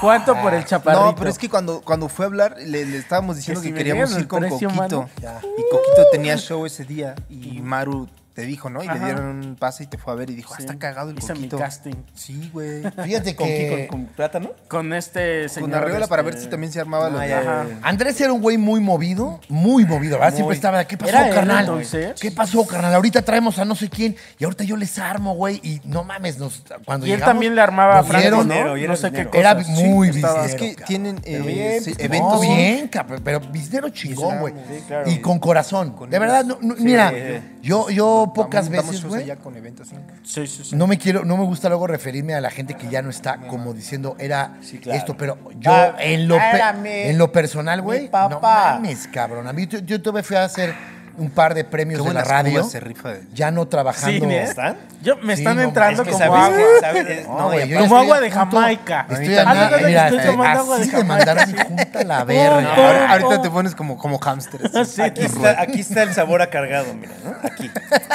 Speaker 3: ¿Cuánto por el chaparrito?
Speaker 2: No, pero es que cuando, cuando fue a hablar, le, le estábamos diciendo
Speaker 3: Que
Speaker 2: que,
Speaker 3: si me
Speaker 2: queríamos
Speaker 3: dieran el
Speaker 2: ir con
Speaker 3: precio,
Speaker 2: Coquito.
Speaker 3: mano.
Speaker 2: Y Coquito tenía show ese día. Y Maru te dijo, ¿no? Y
Speaker 3: Ajá.
Speaker 2: le dieron un pase y te fue a ver y dijo, ah,
Speaker 3: Sí.
Speaker 2: está cagado el
Speaker 3: Hice mi
Speaker 2: Coquito.
Speaker 3: casting.
Speaker 2: Sí, güey.
Speaker 4: Fíjate
Speaker 1: ¿Con, qué?
Speaker 4: que
Speaker 1: ¿Con, con plátano?
Speaker 3: con este señor.
Speaker 2: Con Arreola para ver
Speaker 3: este-
Speaker 2: si también eh, se armaba lo
Speaker 1: Ah,
Speaker 2: de-
Speaker 1: ya,
Speaker 3: Ajá.
Speaker 1: ya, ya.
Speaker 4: Andrés era un güey muy movido, muy movido, ¿verdad? Ah, Siempre
Speaker 1: Muy.
Speaker 4: estaba, ¿qué pasó,
Speaker 3: Era él,
Speaker 4: carnal?
Speaker 3: entonces.
Speaker 4: ¿Qué pasó, carnal? Ahorita traemos a no sé quién y ahorita yo les armo, güey. Y no mames, nos, cuando
Speaker 3: Y él
Speaker 4: llegamos,
Speaker 3: también le armaba a
Speaker 4: nos
Speaker 3: Franco,
Speaker 4: dieron-
Speaker 1: dinero,
Speaker 3: ¿no?
Speaker 1: y era
Speaker 3: No sé qué
Speaker 1: dinero.
Speaker 3: cosa.
Speaker 4: Era muy
Speaker 2: Estaba-
Speaker 4: visitado.
Speaker 2: es que tienen eh,
Speaker 1: bien,
Speaker 2: sí,
Speaker 1: pues,
Speaker 2: eventos.
Speaker 4: no, bien, cabrón, pero visitero chingón, güey.
Speaker 1: Sí, claro.
Speaker 4: y con corazón. de verdad, no- no- mira,
Speaker 1: sí.
Speaker 4: yo, yo pocas
Speaker 2: Damos
Speaker 4: veces,
Speaker 2: shows
Speaker 4: güey,
Speaker 2: allá con eventos. ¿sí?
Speaker 3: Sí, sí, sí.
Speaker 4: no me quiero, no me gusta luego referirme a la gente que ya no está como diciendo era
Speaker 1: Sí, claro.
Speaker 4: esto, pero yo
Speaker 1: Ah,
Speaker 4: en, lo pe-
Speaker 1: era mi-
Speaker 4: en lo personal, güey, no
Speaker 1: papá.
Speaker 4: mames, cabrón. A mí yo, yo todavía fui a hacer un par de premios
Speaker 2: Qué
Speaker 4: de la
Speaker 2: buenas
Speaker 4: radio,
Speaker 2: cubas se rifa de-
Speaker 4: ya no
Speaker 3: Sí,
Speaker 4: trabajando.
Speaker 3: ¿eh?
Speaker 1: ¿Están?
Speaker 3: Yo, me
Speaker 4: Sí,
Speaker 3: están
Speaker 4: no,
Speaker 3: entrando
Speaker 4: es que
Speaker 3: como
Speaker 1: sabes
Speaker 3: agua.
Speaker 1: que- sabes- eh,
Speaker 4: No,
Speaker 1: no,
Speaker 4: güey,
Speaker 1: y
Speaker 4: yo
Speaker 3: como
Speaker 4: ya estoy
Speaker 3: agua
Speaker 4: a
Speaker 3: de
Speaker 4: punto-
Speaker 3: Jamaica.
Speaker 4: Estoy
Speaker 3: Ahorita-
Speaker 4: a nada-
Speaker 3: Haz de cuenta que
Speaker 4: mira,
Speaker 3: estoy
Speaker 4: estoy-
Speaker 3: tomando agua de
Speaker 4: así de
Speaker 3: Jamaica.
Speaker 4: mandarme junta a la verga.
Speaker 3: Por-
Speaker 2: Ahora-
Speaker 3: por-
Speaker 2: Ahorita te pones como, como hámster. así.
Speaker 3: Sí.
Speaker 1: Aquí
Speaker 4: pues,
Speaker 1: está, aquí está el sabor a cargado, mira, ¿no? Aquí.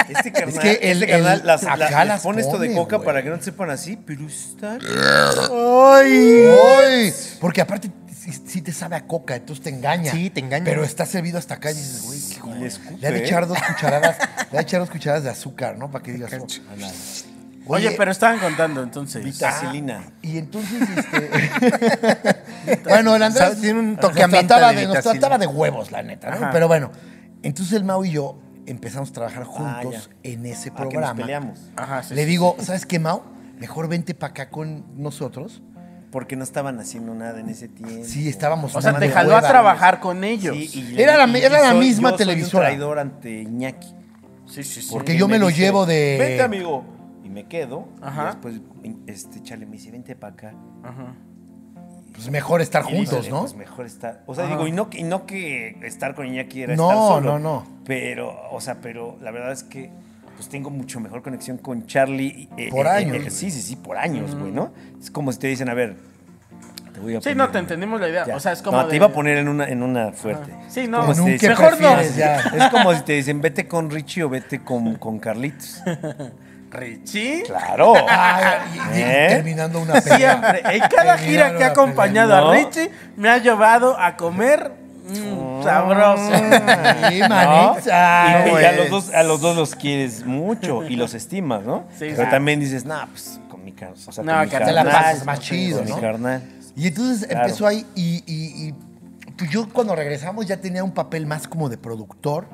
Speaker 1: Este carnal,
Speaker 4: que el-
Speaker 1: este carnal
Speaker 4: el-
Speaker 1: las,
Speaker 4: acá
Speaker 1: la- les
Speaker 4: las
Speaker 1: pone esto de
Speaker 4: pone,
Speaker 1: coca
Speaker 4: güey. Ah,
Speaker 1: para que no te sepan así, pero está...
Speaker 4: ¡Ay! Porque aparte sí, sí te sabe a coca, entonces te engaña.
Speaker 2: Sí, te engaña.
Speaker 4: Pero está servido hasta acá y dices, güey, qué
Speaker 1: le
Speaker 4: güey.
Speaker 1: escupe,
Speaker 4: Le ha de
Speaker 1: ¿eh?
Speaker 4: echar dos cucharadas, le ha de echar dos cucharadas de azúcar, ¿no? Para que digas. oh, a la- Ah,
Speaker 3: Oye, pero estaban contando entonces.
Speaker 1: Vitacilina.
Speaker 4: Y entonces, este. bueno, el Andrés
Speaker 2: ¿Sabes? Tiene un
Speaker 4: nos
Speaker 2: toque a menta
Speaker 4: trataba
Speaker 2: de
Speaker 4: de, nos
Speaker 2: vitacina.
Speaker 4: trataba de huevos, la neta, ¿no?
Speaker 3: Ajá.
Speaker 4: Pero bueno, entonces el Mau y yo empezamos a trabajar juntos en ese
Speaker 1: Ah, que
Speaker 4: programa.
Speaker 1: nos peleamos.
Speaker 3: Ajá, sí.
Speaker 4: Le digo, ¿sabes qué, Mau? Mejor vente para acá con nosotros.
Speaker 1: Porque no estaban haciendo nada en ese tiempo.
Speaker 4: Sí, estábamos.
Speaker 3: O sea,
Speaker 4: mal
Speaker 3: te
Speaker 4: de
Speaker 3: jaló a
Speaker 4: hueva.
Speaker 3: trabajar con ellos.
Speaker 1: Sí, y
Speaker 4: Era la-
Speaker 1: y
Speaker 4: era la
Speaker 1: soy-
Speaker 4: misma
Speaker 1: yo
Speaker 4: televisora.
Speaker 1: Soy un traidor ante Iñaki.
Speaker 3: Sí, sí, sí.
Speaker 4: Porque yo me lo
Speaker 1: dice,
Speaker 4: llevo de-
Speaker 1: Vente, amigo. Y me quedo.
Speaker 3: Ajá.
Speaker 1: Y después este, Charlie me dice, vente para acá.
Speaker 3: Ajá.
Speaker 4: Pues mejor estar
Speaker 1: Y
Speaker 4: juntos,
Speaker 1: dije,
Speaker 4: ¿no?
Speaker 1: Pues mejor estar. O sea, digo, y no, que- y no que estar con Iñaki era
Speaker 4: No,
Speaker 1: estar solo.
Speaker 4: no, no.
Speaker 1: Pero, o sea, pero la verdad es que pues tengo mucho mejor conexión con Charlie. eh,
Speaker 4: Por
Speaker 1: eh,
Speaker 4: años, Mm.
Speaker 1: eh,
Speaker 4: güey.
Speaker 1: sí, sí, sí, por años, güey, ¿no? Es como si te dicen, a ver, te voy a
Speaker 3: Sí,
Speaker 1: poner-
Speaker 3: no, te entendimos la idea.
Speaker 1: Ya.
Speaker 3: O sea, es como.
Speaker 1: No, te
Speaker 3: de-
Speaker 1: iba a poner en una, en una fuerte.
Speaker 3: Ajá. Sí, no.
Speaker 1: Como si
Speaker 4: En
Speaker 1: te
Speaker 4: un ¿qué
Speaker 1: dicen-
Speaker 3: Mejor no.
Speaker 4: prefieres, ya.
Speaker 1: Es como si te dicen, vete con Richie o vete con, con Carlitos.
Speaker 3: Richie.
Speaker 1: Claro.
Speaker 4: Ay, y- y
Speaker 1: ¿Eh?
Speaker 4: Terminando una pelea.
Speaker 3: Siempre. En cada
Speaker 4: Terminando
Speaker 3: gira que
Speaker 4: una
Speaker 3: he acompañado a
Speaker 1: ¿No?
Speaker 3: Richie, me ha llevado a comer. mm, sabroso.
Speaker 4: Sí,
Speaker 1: ¿no?
Speaker 4: manita.
Speaker 1: y, y a, los
Speaker 4: pues.
Speaker 1: dos, a los dos los quieres mucho y los estimas, ¿no?
Speaker 3: Sí,
Speaker 1: Pero
Speaker 3: sí.
Speaker 1: también dices, nah, pues con mi, car- o sea,
Speaker 3: No,
Speaker 1: con mi
Speaker 3: que
Speaker 1: carnal.
Speaker 3: te la
Speaker 4: pasas más chido,
Speaker 1: Con
Speaker 4: ¿no?
Speaker 1: mi carnal.
Speaker 4: Y entonces
Speaker 1: Claro.
Speaker 4: empezó ahí y, y- y, pues yo cuando regresamos ya tenía un papel más como de productor,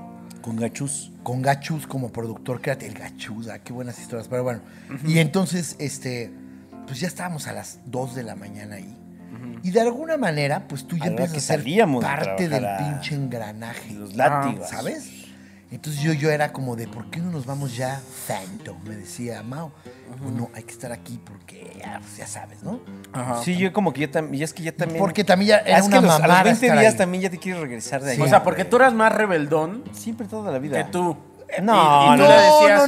Speaker 1: Con gachús.
Speaker 4: con Gachus como productor creativo. El Gachus, ah, qué buenas historias, pero bueno. Y entonces, este, pues ya estábamos a las 2 de la mañana ahí. Y de alguna manera, pues tú
Speaker 1: A
Speaker 4: ya
Speaker 1: la hora
Speaker 4: empiezas a
Speaker 1: que
Speaker 4: ser
Speaker 1: salíamos de
Speaker 4: parte del
Speaker 1: trabajar a-
Speaker 4: pinche engranaje.
Speaker 1: Los látigos.
Speaker 4: ¿Sabes? Entonces yo, yo era como de, ¿por qué no nos vamos ya tanto? Me decía Mao. No, hay que estar aquí porque ah, pues, ya sabes, ¿no?
Speaker 1: Sí, yo como que ya también. es que ya también.
Speaker 4: Porque también ya era
Speaker 1: es que
Speaker 4: una
Speaker 1: los- a
Speaker 4: mamada
Speaker 1: los 20
Speaker 4: estar
Speaker 1: días
Speaker 4: ahí.
Speaker 1: también ya te quieres regresar de ahí.
Speaker 3: O sea, porque tú eras más rebeldón
Speaker 1: Siempre toda la vida.
Speaker 3: que tú.
Speaker 1: No,
Speaker 3: y, y tú
Speaker 1: no,
Speaker 3: le decías,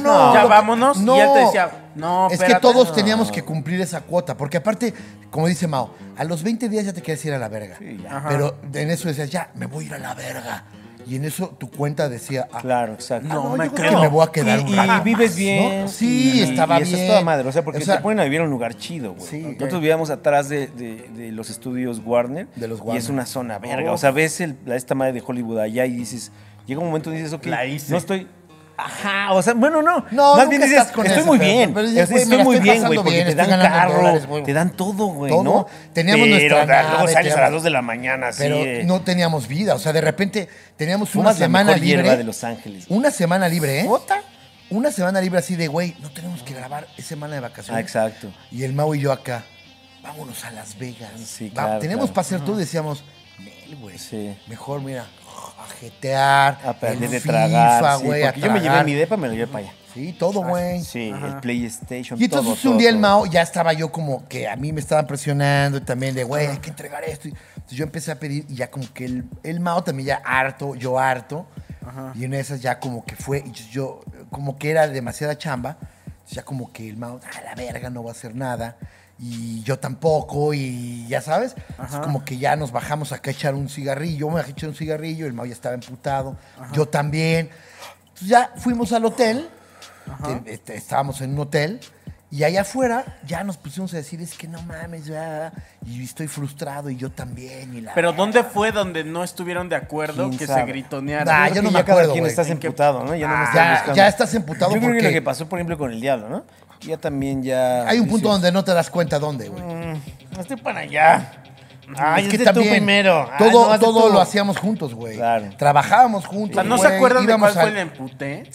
Speaker 1: no, no.
Speaker 3: ya
Speaker 4: Lo que-
Speaker 3: vámonos. Y él te decía, no,
Speaker 4: Es que
Speaker 3: espérate".
Speaker 4: todos
Speaker 3: No.
Speaker 4: teníamos que cumplir esa cuota. Porque aparte, como dice Mao, a los 20 días ya te quieres ir a la verga.
Speaker 1: Sí, ya.
Speaker 3: Ajá.
Speaker 4: Pero en eso decías, ya, me voy a ir a la verga. Y en eso tu cuenta decía, ah,
Speaker 1: Claro, exacto.
Speaker 4: ah,
Speaker 3: No, me
Speaker 4: yo creo
Speaker 3: quedo.
Speaker 4: que me voy a quedar
Speaker 1: y,
Speaker 4: un
Speaker 1: y
Speaker 4: rato
Speaker 1: vives
Speaker 4: más,
Speaker 1: bien.
Speaker 4: ¿no? Sí, estaba
Speaker 1: y
Speaker 4: bien.
Speaker 1: estás toda madre. O sea, porque
Speaker 4: O sea,
Speaker 1: te ponen a vivir en un lugar chido, güey.
Speaker 4: Sí.
Speaker 1: Nosotros vivíamos atrás de, de- de los estudios Warner.
Speaker 4: De los
Speaker 1: Y es
Speaker 4: Warner. Oh.
Speaker 1: una zona verga. O sea, ves el- la- esta madre de Hollywood allá y dices, llega un momento y dices, ok,
Speaker 3: La hice.
Speaker 1: no estoy. Ajá, o sea, bueno, no.
Speaker 4: No,
Speaker 1: Más
Speaker 4: nunca
Speaker 1: bien dices,
Speaker 4: estás con
Speaker 1: estoy
Speaker 4: eso,
Speaker 1: muy
Speaker 4: pero-
Speaker 1: bien.
Speaker 4: pero dices,
Speaker 1: estoy
Speaker 4: güey, me la
Speaker 1: muy
Speaker 4: estoy
Speaker 1: bien,
Speaker 4: pasando
Speaker 1: güey, porque
Speaker 4: bien,
Speaker 1: te
Speaker 4: estoy
Speaker 1: dan
Speaker 4: ganando
Speaker 1: carro,
Speaker 4: dólares, güey.
Speaker 1: te dan todo, güey,
Speaker 4: Todo.
Speaker 1: ¿no?
Speaker 4: Teníamos
Speaker 1: Pero
Speaker 4: nuestra
Speaker 1: luego
Speaker 4: nave,
Speaker 1: sales a las
Speaker 4: teníamos-
Speaker 1: 2 de la mañana, así.
Speaker 4: Pero
Speaker 1: eh.
Speaker 4: no teníamos vida. O sea, de repente teníamos una
Speaker 1: Fumas la
Speaker 4: semana
Speaker 1: mejor
Speaker 4: libre.
Speaker 1: hierba de Los Ángeles.
Speaker 4: Una semana libre, ¿eh?
Speaker 1: ¿Otra?
Speaker 4: Una semana libre así de, güey, no tenemos que grabar, es semana de vacaciones.
Speaker 1: Ah, exacto.
Speaker 4: Y el Mau y yo acá, vámonos a Las Vegas.
Speaker 1: Sí,
Speaker 4: Va-
Speaker 1: claro,
Speaker 4: Tenemos
Speaker 1: claro.
Speaker 4: para hacer todo y decíamos, Nel, güey.
Speaker 1: Sí.
Speaker 4: Mejor, mira, a jetear,
Speaker 1: A perder
Speaker 4: el
Speaker 1: de
Speaker 4: FIFA,
Speaker 1: tragar. sí,
Speaker 4: güey, a
Speaker 1: porque yo me llevé
Speaker 4: tragar.
Speaker 1: mi depa, me lo llevé para allá.
Speaker 4: Sí, todo, güey.
Speaker 1: Sí, el PlayStation.
Speaker 4: Y entonces
Speaker 1: todo,
Speaker 4: un día
Speaker 1: todo,
Speaker 4: el
Speaker 1: todo.
Speaker 4: Mao ya estaba yo como que a mí me estaban presionando también de, güey, hay que entregar esto. Y Entonces yo empecé a pedir y ya como que el, el Mao también ya harto, yo harto. Y en esas ya como que fue, y yo como que era demasiada chamba. Entonces ya como que el Mao, a la verga, no va a hacer nada. Y yo tampoco, y ya sabes, Entonces como que ya nos bajamos acá a echar un cigarrillo. Yo me bajé a echar un cigarrillo, el Mao ya estaba emputado, yo también. Entonces ya fuimos al hotel, que, este, estábamos en un hotel, y allá afuera ya nos pusimos a decir, es que no mames, ya, y estoy frustrado, y yo también, y la...
Speaker 3: Pero ¿dónde fue donde no estuvieron de acuerdo
Speaker 1: ¿Quién
Speaker 3: que
Speaker 1: sabe?
Speaker 3: se gritonearon?
Speaker 4: Nah,
Speaker 1: Creo
Speaker 4: ah, yo
Speaker 1: que
Speaker 4: no me
Speaker 1: ya cada
Speaker 4: acuerdo,
Speaker 1: quien
Speaker 4: güey.
Speaker 1: estás
Speaker 3: ¿En qué-
Speaker 1: emputado, ¿no? Ya no me
Speaker 4: Ah,
Speaker 1: estás
Speaker 4: ya-
Speaker 1: buscando.
Speaker 4: ya estás
Speaker 1: Yo
Speaker 4: emputado
Speaker 1: creo que
Speaker 4: porque-
Speaker 1: lo que pasó, por ejemplo, con el diablo, ¿no? Ya también ya...
Speaker 4: Hay un punto
Speaker 1: dices,
Speaker 4: donde no te das cuenta dónde, güey.
Speaker 1: "Mm, Estoy para allá. Ay,
Speaker 4: es que
Speaker 1: hazte tú
Speaker 4: también
Speaker 1: primero. Ay,
Speaker 4: todo,
Speaker 1: no, hazte
Speaker 4: todo
Speaker 1: tú".
Speaker 4: lo hacíamos juntos, güey.
Speaker 1: Claro.
Speaker 4: Trabajábamos juntos.
Speaker 3: O sea, ¿no se
Speaker 4: güey,
Speaker 3: acuerdan de
Speaker 4: íbamos
Speaker 3: cuál fue el
Speaker 4: al-
Speaker 3: emputé?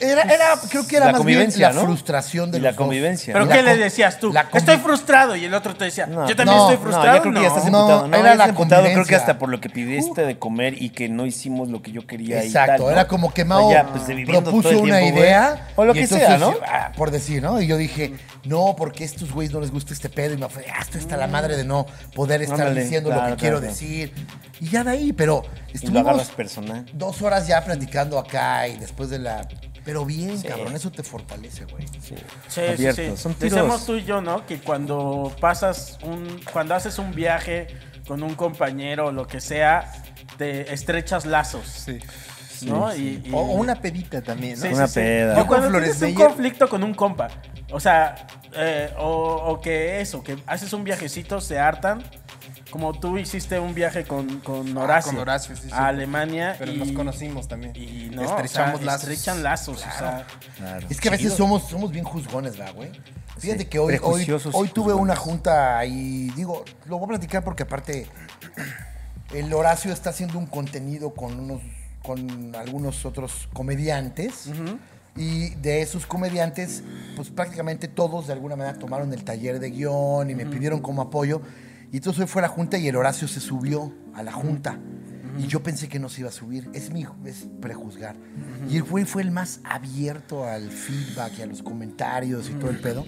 Speaker 4: Era, era- creo que era
Speaker 1: La
Speaker 4: más bien
Speaker 1: convivencia,
Speaker 4: la
Speaker 1: ¿no?
Speaker 4: frustración de
Speaker 1: Y
Speaker 4: los
Speaker 1: la
Speaker 4: dos.
Speaker 1: convivencia,
Speaker 3: ¿Pero
Speaker 1: ¿no?
Speaker 4: La
Speaker 3: qué le
Speaker 4: con-
Speaker 3: decías tú?
Speaker 4: la con-
Speaker 3: Estoy frustrado. Y el otro te decía,
Speaker 1: No,
Speaker 3: yo también
Speaker 4: no,
Speaker 3: estoy
Speaker 4: no,
Speaker 3: frustrado.
Speaker 1: yo creo que ya estás
Speaker 4: No,
Speaker 1: emputado. No,
Speaker 4: era
Speaker 1: ya
Speaker 4: la
Speaker 1: estás emputado, Creo que
Speaker 4: convivencia.
Speaker 1: hasta por lo que pidiste de comer y que no hicimos lo que yo quería.
Speaker 4: Exacto,
Speaker 1: y tal, ¿no?
Speaker 4: era como que
Speaker 1: O sea,
Speaker 4: Mao
Speaker 1: ya, pues, de viviendo
Speaker 4: propuso
Speaker 1: todo el
Speaker 4: una
Speaker 1: tiempo,
Speaker 4: idea.
Speaker 1: güey. O lo
Speaker 4: y
Speaker 1: que
Speaker 4: entonces,
Speaker 1: sea, ¿no?
Speaker 4: ah, por decir, ¿no? Y yo dije, no, porque a estos güeyes no les gusta este pedo. Y me fue, ah, esto está la madre de no poder estar
Speaker 1: Ándale,
Speaker 4: diciendo lo
Speaker 1: claro,
Speaker 4: que quiero
Speaker 1: claro.
Speaker 4: decir. Y ya de ahí, pero
Speaker 1: Y lo agarras
Speaker 4: estuvimos
Speaker 1: personal.
Speaker 4: dos horas ya platicando acá y después de la. Pero bien, cabrón, eso te fortalece, güey.
Speaker 3: Sí,
Speaker 1: abiertos.
Speaker 3: sí, sí.
Speaker 1: Son tiros.
Speaker 3: Decíamos tú y yo, ¿no? Que cuando pasas un. Cuando haces un viaje con un compañero o lo que sea, te estrechas lazos,
Speaker 2: Sí.
Speaker 3: ¿no? Y, y-
Speaker 2: O una pedita también, ¿no?
Speaker 3: Sí,
Speaker 1: Una
Speaker 3: sí, sí.
Speaker 1: peda.
Speaker 3: O
Speaker 1: Yo
Speaker 3: cuando
Speaker 2: con Flores
Speaker 3: tienes un
Speaker 2: Meyer-
Speaker 3: conflicto con un compa. O sea, eh, o, o que eso, que haces un viajecito, se hartan. Como tú hiciste un viaje con, con Horacio,
Speaker 2: Ah, con Horacio, sí, sí.
Speaker 3: a Alemania.
Speaker 2: Pero
Speaker 3: y-
Speaker 2: nos conocimos también.
Speaker 3: Y no,
Speaker 2: Estrechamos
Speaker 3: o sea,
Speaker 2: lazos.
Speaker 3: estrechan lazos. O sea,
Speaker 4: Es que a veces somos, somos bien juzgones, ¿verdad, güey? Fíjate que hoy, hoy,
Speaker 1: prejuiciosos
Speaker 4: hoy
Speaker 1: y
Speaker 4: tuve una junta y digo, lo voy a platicar porque aparte el Horacio está haciendo un contenido con unos con algunos otros comediantes y de esos comediantes pues prácticamente todos de alguna manera tomaron el taller de guión y me pidieron como apoyo y entonces hoy fue la junta y el Horacio se subió a la junta y yo pensé que no se iba a subir es mi es prejuzgar y el güey fue el más abierto al feedback y a los comentarios y todo el pedo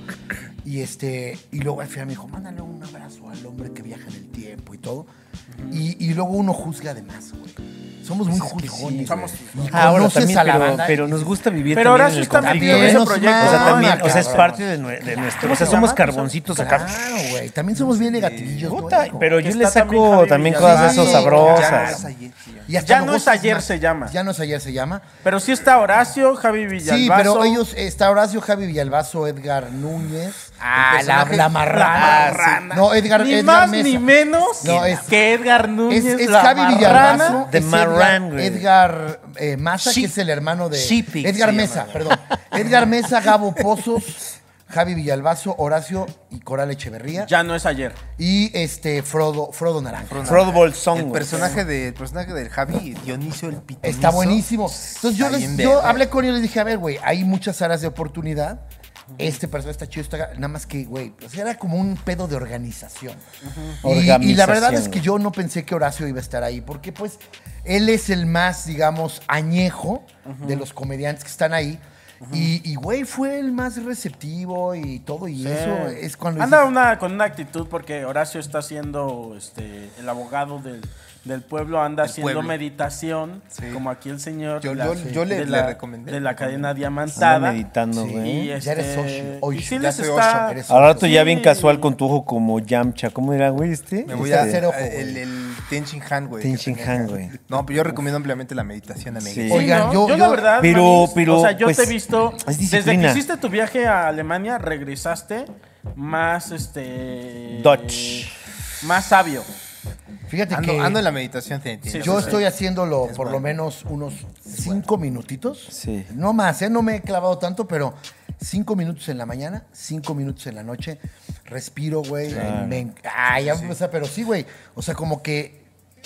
Speaker 4: y este y luego al final me dijo mándale un abrazo al hombre que viaja en el tiempo y todo y, y luego uno juzga de más, güey. Somos muy juzgones.
Speaker 3: Somos-
Speaker 4: güey. Y
Speaker 1: Ahora
Speaker 4: conoces
Speaker 1: Ah, también,
Speaker 4: a la
Speaker 1: pero,
Speaker 4: banda
Speaker 1: pero nos gusta vivir
Speaker 3: Pero
Speaker 1: también
Speaker 3: Horacio
Speaker 1: en el
Speaker 3: está metido
Speaker 1: conflicto.
Speaker 3: en ese
Speaker 1: ¿eh?
Speaker 3: proyecto,
Speaker 1: O sea,
Speaker 4: ¿no?
Speaker 1: también,
Speaker 4: Cabrón.
Speaker 1: o sea, es parte de, nue- de nuestro. O sea, somos carboncitos acá.
Speaker 4: Claro, güey. También somos bien negatillos,
Speaker 1: Puta,
Speaker 4: güey.
Speaker 1: pero
Speaker 3: Que
Speaker 1: yo le
Speaker 3: está también
Speaker 1: saco
Speaker 3: Javier
Speaker 1: también
Speaker 3: Villalobos.
Speaker 1: cosas de esas
Speaker 2: Ya no es
Speaker 4: Sí,
Speaker 1: sabrosas.
Speaker 2: ayer, sí, ya.
Speaker 4: Y hasta
Speaker 3: Ya
Speaker 4: lo
Speaker 3: no es
Speaker 4: gozas
Speaker 3: ayer
Speaker 4: más.
Speaker 3: se llama.
Speaker 4: Ya no es ayer se llama.
Speaker 3: Pero sí está Horacio, Javi Villalbazo.
Speaker 4: Sí, pero ellos, está Horacio Javi Villalbazo, Edgar Núñez, Ah,
Speaker 2: El
Speaker 4: la,
Speaker 2: personaje-
Speaker 4: la marrana.
Speaker 2: La marrana.
Speaker 4: Ah, No, Edgar,
Speaker 3: ni
Speaker 4: Edgar
Speaker 3: más
Speaker 4: Mesa.
Speaker 3: ni menos
Speaker 4: No, es-
Speaker 3: que Edgar Núñez.
Speaker 4: Es, es
Speaker 3: la
Speaker 4: Javi
Speaker 3: marrana.
Speaker 4: Villarrazo,
Speaker 1: De
Speaker 4: es
Speaker 1: Marran,
Speaker 4: Edgar,
Speaker 1: güey.
Speaker 4: Edgar eh, Maza,
Speaker 1: Sí.
Speaker 4: que es el hermano de
Speaker 1: Shipping
Speaker 4: Edgar
Speaker 1: se
Speaker 4: Mesa, perdón. Edgar Mesa, Gabo Pozos, Javi Villalbazo, Horacio y Coral Echeverría
Speaker 3: Ya no es ayer.
Speaker 4: y este Frodo, Frodo Naranja.
Speaker 1: Frodo Bolsón.
Speaker 2: El
Speaker 1: güey.
Speaker 2: personaje, de, el personaje del Javi, Dionisio el Pitonizo.
Speaker 4: Está buenísimo. Entonces yo,
Speaker 2: Está
Speaker 4: les-
Speaker 2: bien
Speaker 4: yo
Speaker 2: verde.
Speaker 4: hablé con él y le dije, a ver, güey, hay muchas áreas de oportunidad. Este personaje está chido, está- nada más que, güey, pues era como un pedo de organización. Y- Y, la
Speaker 1: Organización,
Speaker 4: verdad es que
Speaker 1: güey.
Speaker 4: yo no pensé que Horacio iba a estar ahí, porque pues él es el más, digamos, añejo de los comediantes que están ahí. Y, y, güey, fue el más receptivo y todo, y eso es cuando...
Speaker 3: Anda
Speaker 4: dices,
Speaker 3: una, con una actitud porque Horacio está siendo este, el abogado del, del pueblo, anda haciendo
Speaker 2: pueblo.
Speaker 3: meditación, como aquí el señor.
Speaker 2: Yo-
Speaker 3: de la-
Speaker 2: yo- yo le-
Speaker 3: de
Speaker 2: le
Speaker 3: la,
Speaker 2: recomendé.
Speaker 3: De la cadena
Speaker 1: Anda
Speaker 3: diamantada.
Speaker 1: meditando,
Speaker 4: Sí.
Speaker 1: güey.
Speaker 3: Y,
Speaker 4: Ya eres
Speaker 3: este,
Speaker 4: socio, hoy,
Speaker 3: y sí
Speaker 4: ya
Speaker 3: les
Speaker 4: soy
Speaker 3: está-
Speaker 4: socio, eres socio.
Speaker 1: Ahora rato ya bien
Speaker 3: Sí.
Speaker 1: casual con tu ojo como Yamcha. ¿Cómo era, güey, este?
Speaker 2: Me voy
Speaker 4: Está
Speaker 2: a
Speaker 4: cero ojo, güey.
Speaker 2: el, el Tenchin Han, güey.
Speaker 1: Tenchin Han, güey.
Speaker 2: No, pero yo recomiendo ampliamente la meditación, amiguitos.
Speaker 1: Sí.
Speaker 3: Sí,
Speaker 4: Oigan,
Speaker 3: ¿no?
Speaker 4: yo-
Speaker 3: yo,
Speaker 4: yo-
Speaker 3: la verdad,
Speaker 1: Pero-
Speaker 3: Manis,
Speaker 1: pero,
Speaker 3: o sea, yo
Speaker 1: pues,
Speaker 3: te he visto
Speaker 1: es
Speaker 3: desde que
Speaker 1: disciplina.
Speaker 3: hiciste tu viaje a Alemania, regresaste más este
Speaker 1: Dutch.
Speaker 3: más sabio.
Speaker 4: Fíjate
Speaker 2: Ando,
Speaker 4: que
Speaker 2: ando en la meditación, Tenchin.
Speaker 3: Sí,
Speaker 4: yo
Speaker 3: sí.
Speaker 4: estoy haciéndolo por
Speaker 2: bueno.
Speaker 4: lo menos unos cinco minutitos.
Speaker 1: Sí.
Speaker 4: No más, ¿eh? No me he clavado tanto, pero cinco minutos en la mañana, cinco minutos en la noche. Respiro, güey. me en- Ah, ya, o sea, pero sí, güey. O sea, como que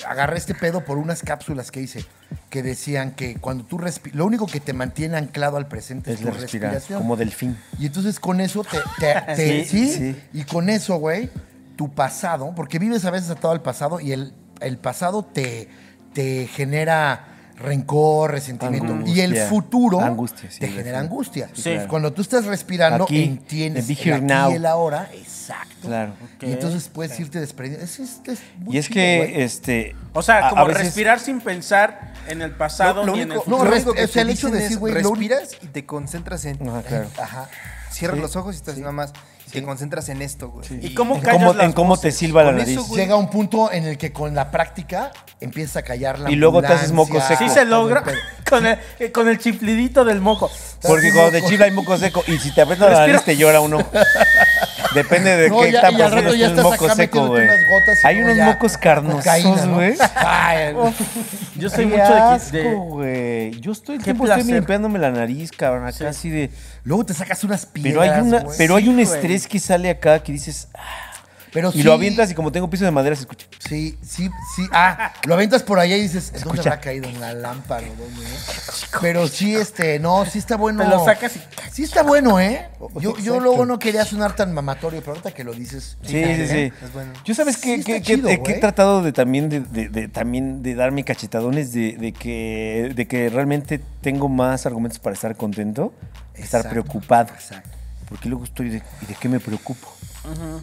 Speaker 4: agarré este pedo por unas cápsulas que hice que decían que cuando tú respiras, lo único que te mantiene anclado al presente
Speaker 1: Es
Speaker 4: es, tu
Speaker 1: la respirar,
Speaker 4: respiración.
Speaker 1: como delfín.
Speaker 4: Y entonces con eso te... te- te-
Speaker 1: Sí,
Speaker 4: sí,
Speaker 1: sí.
Speaker 4: Y con eso, güey, tu pasado, porque vives a veces atado al pasado y el, el pasado te, te genera rencor, resentimiento.
Speaker 1: Angustia.
Speaker 4: y el futuro
Speaker 1: Angustia, sí,
Speaker 4: te
Speaker 1: el
Speaker 4: genera
Speaker 1: futuro.
Speaker 4: angustia.
Speaker 3: Sí, claro.
Speaker 4: Cuando tú estás respirando,
Speaker 1: Aquí,
Speaker 4: entiendes
Speaker 1: the
Speaker 4: el
Speaker 1: be here
Speaker 4: aquí
Speaker 1: now.
Speaker 4: y el ahora. Exacto.
Speaker 1: Claro.
Speaker 4: Y entonces puedes irte desprendiendo. Es, es- es muy
Speaker 1: Y es
Speaker 4: chido,
Speaker 1: que,
Speaker 4: güey.
Speaker 1: este.
Speaker 3: O sea,
Speaker 1: a- a
Speaker 3: como
Speaker 1: veces-
Speaker 3: respirar sin pensar en el pasado
Speaker 2: Lo, lo
Speaker 3: ni en el
Speaker 2: único,
Speaker 3: futuro.
Speaker 4: No,
Speaker 2: lo
Speaker 4: res-
Speaker 2: único que
Speaker 4: o sea,
Speaker 2: te
Speaker 4: el hecho de
Speaker 2: dicen es
Speaker 4: decir, güey, lo-
Speaker 2: respiras y te concentras en...
Speaker 1: Ajá, claro.
Speaker 4: Ajá.
Speaker 2: Cierras los ojos y estás nada más... Y te concentras en esto, güey.
Speaker 3: ¿Y cómo
Speaker 1: En
Speaker 3: callas
Speaker 1: cómo,
Speaker 3: las
Speaker 1: en cómo te
Speaker 3: voces?
Speaker 1: silba la
Speaker 2: Con eso,
Speaker 1: nariz.
Speaker 2: güey,
Speaker 4: Llega un punto en el que con la práctica empiezas a callar la
Speaker 1: Y luego te haces moco
Speaker 4: ambulancia,
Speaker 1: seco.
Speaker 3: Sí
Speaker 1: Ah,
Speaker 3: se
Speaker 4: todo el
Speaker 3: logra
Speaker 4: pedo.
Speaker 3: con el, eh, con el chiflidito del moco.
Speaker 1: Porque cuando te chifla hay moco seco. Y si te apretas la nariz, te llora uno. Depende de
Speaker 4: No,
Speaker 1: qué
Speaker 4: ya-
Speaker 1: tan
Speaker 4: y al
Speaker 1: profundo
Speaker 4: rato
Speaker 1: esté
Speaker 4: ya
Speaker 1: el
Speaker 4: estás
Speaker 1: moco
Speaker 4: acá
Speaker 1: seco,
Speaker 4: metiéndote
Speaker 1: güey.
Speaker 4: unas gotas y
Speaker 1: Hay
Speaker 4: luego
Speaker 1: unos
Speaker 4: ya
Speaker 1: mocos carnosos,
Speaker 4: cocaína, ¿no?
Speaker 1: güey.
Speaker 4: Ay,
Speaker 3: Yo
Speaker 1: Qué
Speaker 3: soy mucho de, qui-
Speaker 1: asco,
Speaker 3: de-
Speaker 1: güey. Yo estoy el
Speaker 3: Qué
Speaker 1: tiempo
Speaker 3: placer.
Speaker 1: estoy limpiándome la nariz, cabrón, acá así de.
Speaker 4: Luego te sacas unas piedras,
Speaker 1: Pero hay una,
Speaker 4: güey.
Speaker 1: pero hay un
Speaker 3: Sí, güey.
Speaker 1: estrés que sale acá que dices. ah,
Speaker 4: Pero
Speaker 1: y lo avientas y como tengo piso de madera se escucha.
Speaker 4: Sí, sí, sí. Ah, lo avientas por allá y dices, ¿dónde
Speaker 1: Escucha.
Speaker 4: habrá caído? ¿En la lámpara? o ¿Dónde, no? Pero sí, este, no, sí está bueno.
Speaker 3: Te lo sacas y-
Speaker 4: Sí está bueno, ¿eh? Yo, yo luego no quería sonar tan mamatorio, pero ahorita que lo dices... ¿eh?
Speaker 1: Sí, sí, sí.
Speaker 2: Es bueno.
Speaker 1: Yo sabes que,
Speaker 4: Sí,
Speaker 1: que-
Speaker 4: está
Speaker 1: que-
Speaker 4: chido,
Speaker 1: que he
Speaker 4: güey.
Speaker 1: tratado de también de, de- de- también de darme cachetadones de, de que, de que realmente tengo más argumentos para estar contento que estar
Speaker 4: Exacto,
Speaker 1: preocupado.
Speaker 4: exacto.
Speaker 1: Porque luego estoy de, ¿y de qué me preocupo?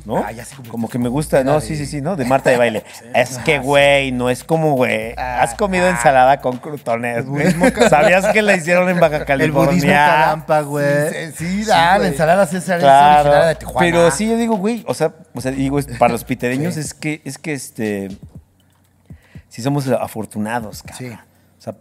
Speaker 1: ¿No?
Speaker 4: Ah, ya sé cómo
Speaker 1: como
Speaker 4: te
Speaker 1: que me gusta, no, sí, sí, sí, ¿no? De Marta de baile. es que, güey, no es como, güey. Has comido ensalada con crutones, güey. ¿Sabías que la hicieron en Baja
Speaker 2: El budismo
Speaker 1: California?
Speaker 2: calampa, güey.
Speaker 4: Sí, sí, ah, la ensalada César es originaria de
Speaker 1: Claro.
Speaker 4: Tijuana.
Speaker 1: Pero sí, yo digo, güey, o sea, o sea, digo, es- para los pitereños es que, es que este. Sí, somos afortunados, cabrón.
Speaker 4: Sí.
Speaker 1: O sea,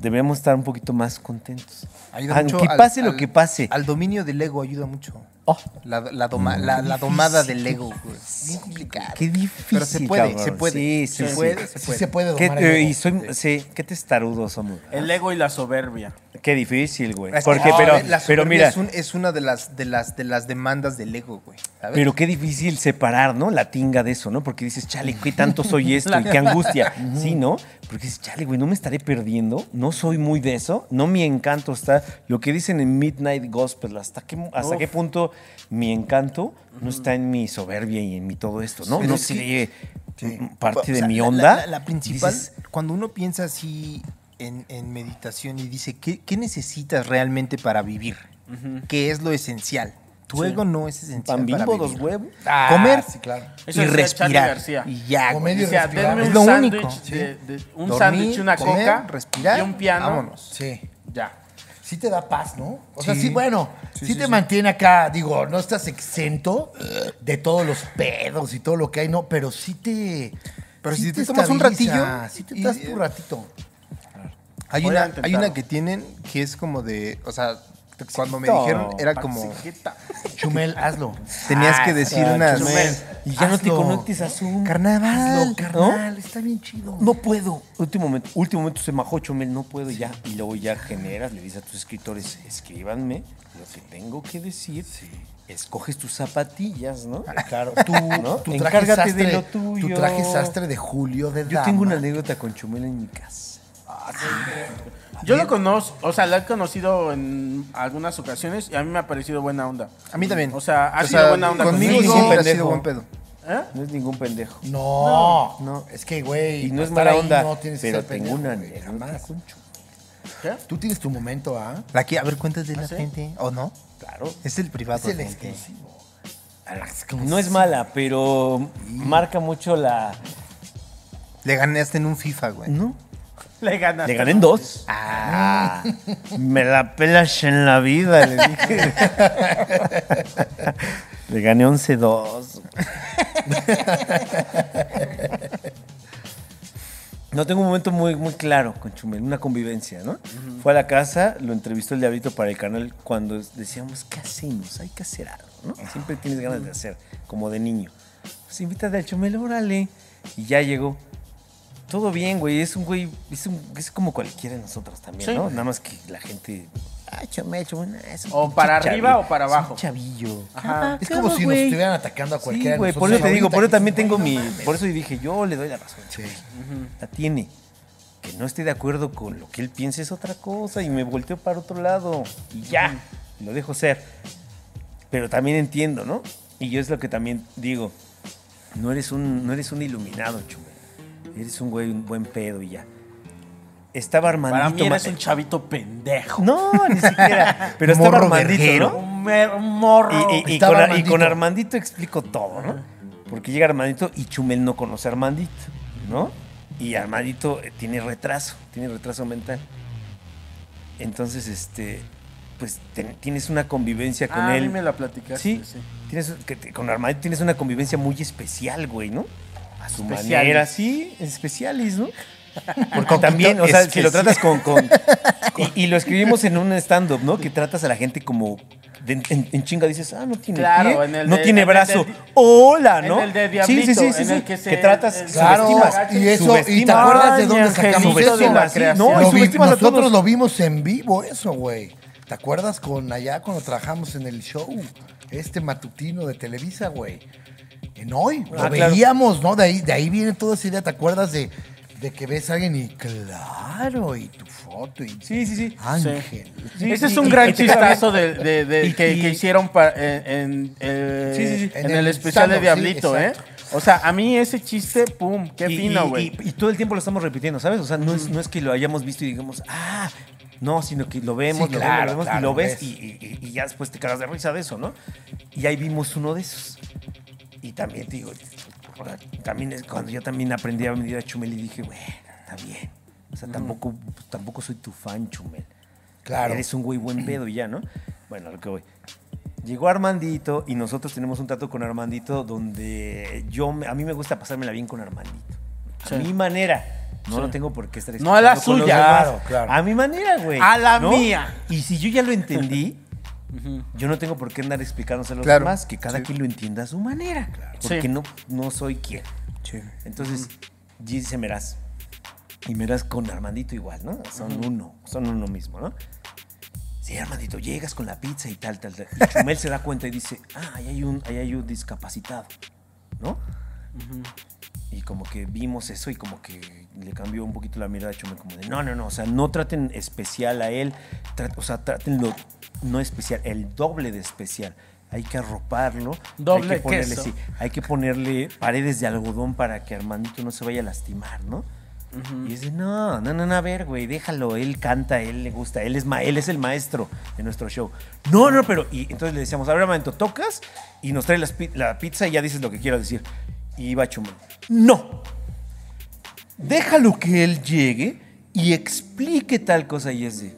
Speaker 1: debemos estar un poquito más contentos.
Speaker 2: Ayuda
Speaker 1: Aunque
Speaker 2: mucho al-
Speaker 1: pase lo
Speaker 2: al-
Speaker 1: que pase.
Speaker 2: Al dominio del ego ayuda mucho.
Speaker 1: Oh,
Speaker 2: La, la, doma- la- la domada del ego, güey. Bien complicado.
Speaker 1: qué difícil.
Speaker 2: Pero se puede,
Speaker 1: cabrón.
Speaker 2: se puede.
Speaker 1: Sí, sí,
Speaker 2: se,
Speaker 1: sí.
Speaker 2: puede se
Speaker 4: Sí
Speaker 2: puede,
Speaker 4: se puede
Speaker 1: Qué,
Speaker 4: domar
Speaker 1: eh,
Speaker 4: el
Speaker 1: y
Speaker 4: ego.
Speaker 1: soy, sí, qué testarudos somos.
Speaker 3: el ego y la soberbia.
Speaker 1: Qué difícil, güey.
Speaker 2: Es que,
Speaker 1: Porque,
Speaker 2: no,
Speaker 1: pero,
Speaker 2: la
Speaker 1: pero
Speaker 2: soberbia
Speaker 1: mira,
Speaker 2: Es, un- es una de las, de, las, de las demandas del ego, güey. ¿sabes?
Speaker 1: pero qué difícil separar, ¿no? La tinga de eso, ¿no? Porque dices, chale, qué tanto soy esto y qué angustia. sí, ¿no? Porque dices, chale, güey, no me estaré perdiendo, no soy muy de eso, no mi encanto está. Lo que dicen en Midnight Gospel, ¿hasta qué, hasta qué punto mi encanto no está en mi soberbia y en mi todo esto, ¿no?
Speaker 2: Pero
Speaker 1: no
Speaker 2: es que-
Speaker 1: sé, parte
Speaker 2: O
Speaker 1: de
Speaker 2: sea,
Speaker 1: mi
Speaker 2: la-
Speaker 1: onda.
Speaker 2: La, la- la principal,
Speaker 1: dices,
Speaker 2: cuando uno piensa así en, en meditación y dice, ¿qué, qué necesitas realmente para vivir? ¿Qué es lo esencial? Tu ego no es esencial
Speaker 1: Pan
Speaker 2: para
Speaker 1: bimbo, dos
Speaker 2: vivir.
Speaker 1: huevos.
Speaker 4: Ah,
Speaker 2: Comer
Speaker 4: sí, claro.
Speaker 3: Eso
Speaker 2: y
Speaker 3: decía Charlie
Speaker 2: respirar.
Speaker 3: García.
Speaker 2: Y ya, güey.
Speaker 4: Comer y
Speaker 3: O sea,
Speaker 4: respirar.
Speaker 3: denme
Speaker 2: Es
Speaker 3: un
Speaker 2: lo
Speaker 3: sándwich,
Speaker 2: único, sí.
Speaker 3: de- de- un
Speaker 2: Dormir,
Speaker 3: sándwich, una
Speaker 2: comer,
Speaker 3: coca,
Speaker 2: respirar,
Speaker 3: y un piano.
Speaker 2: vámonos.
Speaker 4: Sí.
Speaker 3: Ya.
Speaker 4: sí te da paz, ¿no? O sea,
Speaker 2: Sí.
Speaker 4: sí, bueno, sí, te mantiene acá, digo, no estás exento de todos los pedos y todo lo que hay, no, pero sí te.
Speaker 2: Pero si te tomas un
Speaker 4: estabiliza,
Speaker 2: ratillo
Speaker 4: Sí te
Speaker 2: y-
Speaker 1: eh,
Speaker 4: das tu ratito.
Speaker 2: Hay
Speaker 3: Voy a
Speaker 2: una, hay
Speaker 3: intentarlo.
Speaker 2: una que tienen que es como de, o sea, Cuando me dijeron, era como.
Speaker 3: Paxiqueta.
Speaker 4: Chumel, hazlo.
Speaker 2: Tenías que decir unas.
Speaker 1: Ah, Chumel, y ya no te
Speaker 4: hazlo.
Speaker 1: conectes a Zoom.
Speaker 2: Carnaval.
Speaker 4: Hazlo, carnal, está bien chido.
Speaker 1: No puedo. Último momento, último momento se majó Chumel, no puedo ya. Y luego ya generas, le dices a tus escritores, escríbanme lo que tengo que decir. Escoges tus zapatillas, ¿no?
Speaker 4: Ah, Claro, tú, tu traje
Speaker 1: Encárgate
Speaker 4: sastre,
Speaker 1: de lo
Speaker 4: Tu
Speaker 1: tuyo.
Speaker 4: traje sastre de Julio de
Speaker 1: Yo tengo una
Speaker 4: dama.
Speaker 1: anécdota con Chumel en mi casa.
Speaker 3: Yo lo conozco, o sea, lo he conocido en algunas ocasiones y a mí me ha parecido buena onda.
Speaker 2: A mí también.
Speaker 3: O sea, ha sido buena onda
Speaker 2: Conmigo
Speaker 4: conmigo.
Speaker 2: siempre ha
Speaker 1: Pendejo.
Speaker 2: sido buen pedo.
Speaker 3: ¿Eh?
Speaker 1: No es ningún pendejo.
Speaker 4: No,
Speaker 1: No,
Speaker 4: no,
Speaker 1: no.
Speaker 4: Es que, güey.
Speaker 1: Y no es
Speaker 4: para
Speaker 1: mala
Speaker 4: estar
Speaker 1: onda,
Speaker 4: ahí no tienes que
Speaker 1: pero
Speaker 4: ser
Speaker 1: tengo
Speaker 4: pendejo,
Speaker 1: una
Speaker 4: güey,
Speaker 1: anécdota
Speaker 4: jamás.
Speaker 1: con Chumel.
Speaker 3: ¿Qué?
Speaker 4: Tú tienes tu momento, ¿ah?
Speaker 2: La que, a ver, cuentas de la
Speaker 3: ¿Ah, sí?
Speaker 2: gente. ¿O no?
Speaker 1: Claro.
Speaker 2: Es el privado.
Speaker 4: Es el
Speaker 2: gente.
Speaker 4: exclusivo. Ah,
Speaker 1: No es mala, pero marca mucho la...
Speaker 2: Le ganaste en un FIFA, güey.
Speaker 1: ¿No?
Speaker 3: Le ganas.
Speaker 1: Le gané en dos. Ah, me la pelas en la vida, le dije. le gané 11-2. No tengo un momento muy, muy claro con Chumel, una convivencia, ¿no? Fue a la casa, lo entrevistó el Diablito para el canal cuando decíamos, ¿qué hacemos? Hay que hacer algo, ¿no? Siempre tienes ganas de hacer, como de niño. Pues invítate al Chumel, órale. Y ya llegó. Todo bien, güey. Es un güey, es, un- es como cualquiera de nosotros también,
Speaker 3: Sí.
Speaker 1: ¿no? Nada más que la gente. Ah, Chumel, Chumel. ah, es un
Speaker 3: O para
Speaker 1: pinche
Speaker 3: arriba
Speaker 1: chavillo,
Speaker 3: o para
Speaker 1: es un
Speaker 3: abajo.
Speaker 1: chavillo.
Speaker 3: Ajá.
Speaker 4: Es como si nos estuvieran atacando a
Speaker 1: Ah,
Speaker 4: cualquiera
Speaker 1: Sí, güey,
Speaker 4: de
Speaker 1: por
Speaker 4: nosotros.
Speaker 1: eso te digo,
Speaker 4: Ahorita
Speaker 1: por eso
Speaker 4: que
Speaker 1: también
Speaker 4: dices,
Speaker 1: tengo
Speaker 4: "Ay,
Speaker 1: mi.
Speaker 4: no mames".
Speaker 1: Por eso dije, yo le doy la razón.
Speaker 4: Sí.
Speaker 1: La tiene. Que no esté de acuerdo con lo que él piensa es otra cosa y me volteo para otro lado y ya, lo dejo ser. Pero también entiendo, ¿no? Y yo es lo que también digo, no eres un, no eres un iluminado, Chumel. Eres un güey, un buen pedo y ya. Estaba Armandito.
Speaker 3: Para mí eres
Speaker 1: Ma-
Speaker 3: un chavito pendejo.
Speaker 1: No, ni siquiera. Pero estaba
Speaker 4: Morro
Speaker 1: Armandito,
Speaker 4: verguero.
Speaker 1: ¿no?
Speaker 3: Un, mer- un morro.
Speaker 1: Y- Y, y
Speaker 4: Estaba
Speaker 1: con, Armandito.
Speaker 4: Armandito.
Speaker 1: con Armandito explico todo, ¿no? Porque llega Armandito y Chumel no conoce a Armandito, ¿no? Y Armandito eh, tiene retraso, tiene retraso mental. Entonces, este, pues ten- tienes una convivencia con
Speaker 3: Ah, a
Speaker 1: él.
Speaker 3: mí me la platicaste.
Speaker 1: sí,
Speaker 3: sí.
Speaker 1: Tienes, que te- con Armandito tienes una convivencia muy especial, güey, ¿no? A su
Speaker 3: Especialis.
Speaker 1: manera, sí, especiales, ¿no? Porque también, o sea, si lo
Speaker 2: especial.
Speaker 1: tratas con... con- y, y lo escribimos en un stand-up, ¿no? Que tratas a la gente como... de- en, en chinga dices, ah, no tiene
Speaker 3: Claro,
Speaker 1: pie,
Speaker 3: en el
Speaker 1: no
Speaker 3: de- en
Speaker 1: tiene
Speaker 3: el
Speaker 1: brazo.
Speaker 3: del-
Speaker 1: Hola,
Speaker 3: en
Speaker 1: ¿no?
Speaker 3: el de
Speaker 1: sí, sí, sí,
Speaker 3: Diablito,
Speaker 1: sí,
Speaker 3: en
Speaker 1: sí,
Speaker 3: el que se-
Speaker 1: tratas,
Speaker 3: el-
Speaker 4: Claro,
Speaker 1: subestimas.
Speaker 4: y eso, y te
Speaker 1: subestimas.
Speaker 4: acuerdas de dónde
Speaker 3: Ay,
Speaker 4: sacamos
Speaker 3: Angelito
Speaker 4: eso.
Speaker 3: de la
Speaker 4: Sí,
Speaker 3: creación.
Speaker 4: no,
Speaker 1: Lo
Speaker 4: y
Speaker 1: vi-
Speaker 4: subestimas a
Speaker 1: nosotros
Speaker 4: nosotros lo vimos en vivo eso, güey. ¿Te acuerdas con allá cuando trabajamos en el show? Este matutino de Televisa, güey. En hoy, lo
Speaker 1: Ah, claro.
Speaker 4: veíamos, ¿no? De ahí, de ahí viene toda esa idea. ¿Te acuerdas de, de que ves a alguien y claro, y tu foto y
Speaker 1: Sí, sí, sí.
Speaker 4: Ángel?
Speaker 1: Sí,
Speaker 3: Ese
Speaker 1: y-
Speaker 3: es un
Speaker 1: y-
Speaker 3: gran
Speaker 1: y te-
Speaker 3: chistazo este de, de- de-
Speaker 1: Y-
Speaker 3: que,
Speaker 1: y-
Speaker 3: que hicieron pa- en, en, eh,
Speaker 1: Sí, sí, sí.
Speaker 3: en
Speaker 4: En
Speaker 3: el
Speaker 4: el
Speaker 3: especial de
Speaker 4: stand-up, sí,
Speaker 3: Diablito, ¿eh?
Speaker 4: exacto.
Speaker 3: O sea, a mí ese chiste, pum, qué
Speaker 1: y-
Speaker 3: fino,
Speaker 1: y-
Speaker 3: güey.
Speaker 1: Y, y todo el tiempo lo estamos repitiendo, ¿sabes? O sea, no es, no es que lo hayamos visto y digamos, ah, no, sino que lo vemos,
Speaker 4: Sí,
Speaker 1: lo
Speaker 4: claro,
Speaker 1: vemos, lo vemos,
Speaker 4: claro,
Speaker 1: y lo
Speaker 4: lo
Speaker 1: ves
Speaker 4: ves.
Speaker 1: y, y- y- y ya después te cagas de risa de eso, ¿no? Y ahí vimos uno de esos. Y también te digo, o sea, también es cuando yo también aprendí a venir a Chumel y dije, bueno, está bien. O sea, tampoco, tampoco soy tu fan, Chumel.
Speaker 4: Claro.
Speaker 1: Eres un güey buen pedo y ya, ¿no? Bueno, a lo que voy. Llegó Armandito y nosotros tenemos un trato con Armandito donde yo me- a mí me gusta pasármela bien con Armandito. A
Speaker 3: Sí.
Speaker 1: mi manera. No lo tengo por qué estar
Speaker 3: No a la
Speaker 1: explicando con los
Speaker 3: suya.
Speaker 1: demás.
Speaker 4: Claro, claro.
Speaker 1: A mi manera, güey.
Speaker 3: A la
Speaker 1: ¿no?
Speaker 3: mía.
Speaker 1: Y si yo ya lo entendí, yo no tengo por qué andar explicándose a los
Speaker 2: Claro.
Speaker 1: demás, que cada quien lo entienda a su manera. Porque
Speaker 3: Sí.
Speaker 1: no, no soy quien. Entonces, dice Meraz. Y Meraz con Armandito igual, ¿no? Son uno, son uno mismo, ¿no? Sí, Armandito, llegas con la pizza y tal, tal, tal. Y Chumel se da cuenta y dice, ah, ahí hay un, ahí hay un discapacitado, ¿no? Y como que vimos eso y como que le cambió un poquito la mirada a Chumel, como de, no, no, no, o sea, no traten especial a él, tra- o sea, trátenlo no especial, el doble de especial. Hay que arroparlo, hay
Speaker 3: Doble
Speaker 1: que ponerle,
Speaker 3: queso.
Speaker 1: sí, hay que ponerle paredes de algodón para que Armandito no se vaya a lastimar, ¿no? Y dice, no, no, no, no, a ver, güey, déjalo, él canta, él le gusta, él es, ma él es el maestro de nuestro show. No, no, pero, y entonces le decíamos, a ver, Armando, tocas y nos trae las pi- la pizza y ya dices lo que quieras decir. Y iba Chumel, no, déjalo que él llegue y explique tal cosa y es de,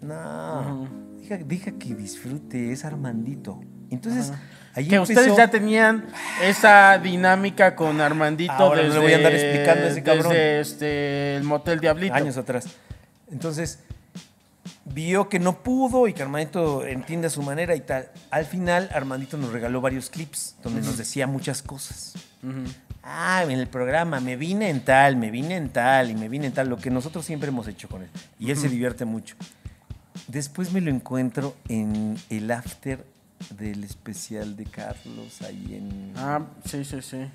Speaker 1: no, deja, deja que disfrute, es Armandito. Entonces, ahí
Speaker 3: que ustedes
Speaker 1: empezó-
Speaker 3: ya tenían esa dinámica con Armandito
Speaker 1: Ahora no
Speaker 3: desde,
Speaker 1: le voy a andar explicando a ese cabrón.
Speaker 3: desde, este, el Motel Diablito.
Speaker 1: años atrás. Entonces, vio que no pudo y que Armandito entiende a su manera y tal. Al final, Armandito nos regaló varios clips donde nos decía muchas cosas. Ah, en el programa, me vine en tal, me vine en tal y me vine en tal, lo que nosotros siempre hemos hecho con él. Y él se divierte mucho. Después me lo encuentro en el after del especial de Carlos ahí en...
Speaker 3: Ah, sí, sí, sí.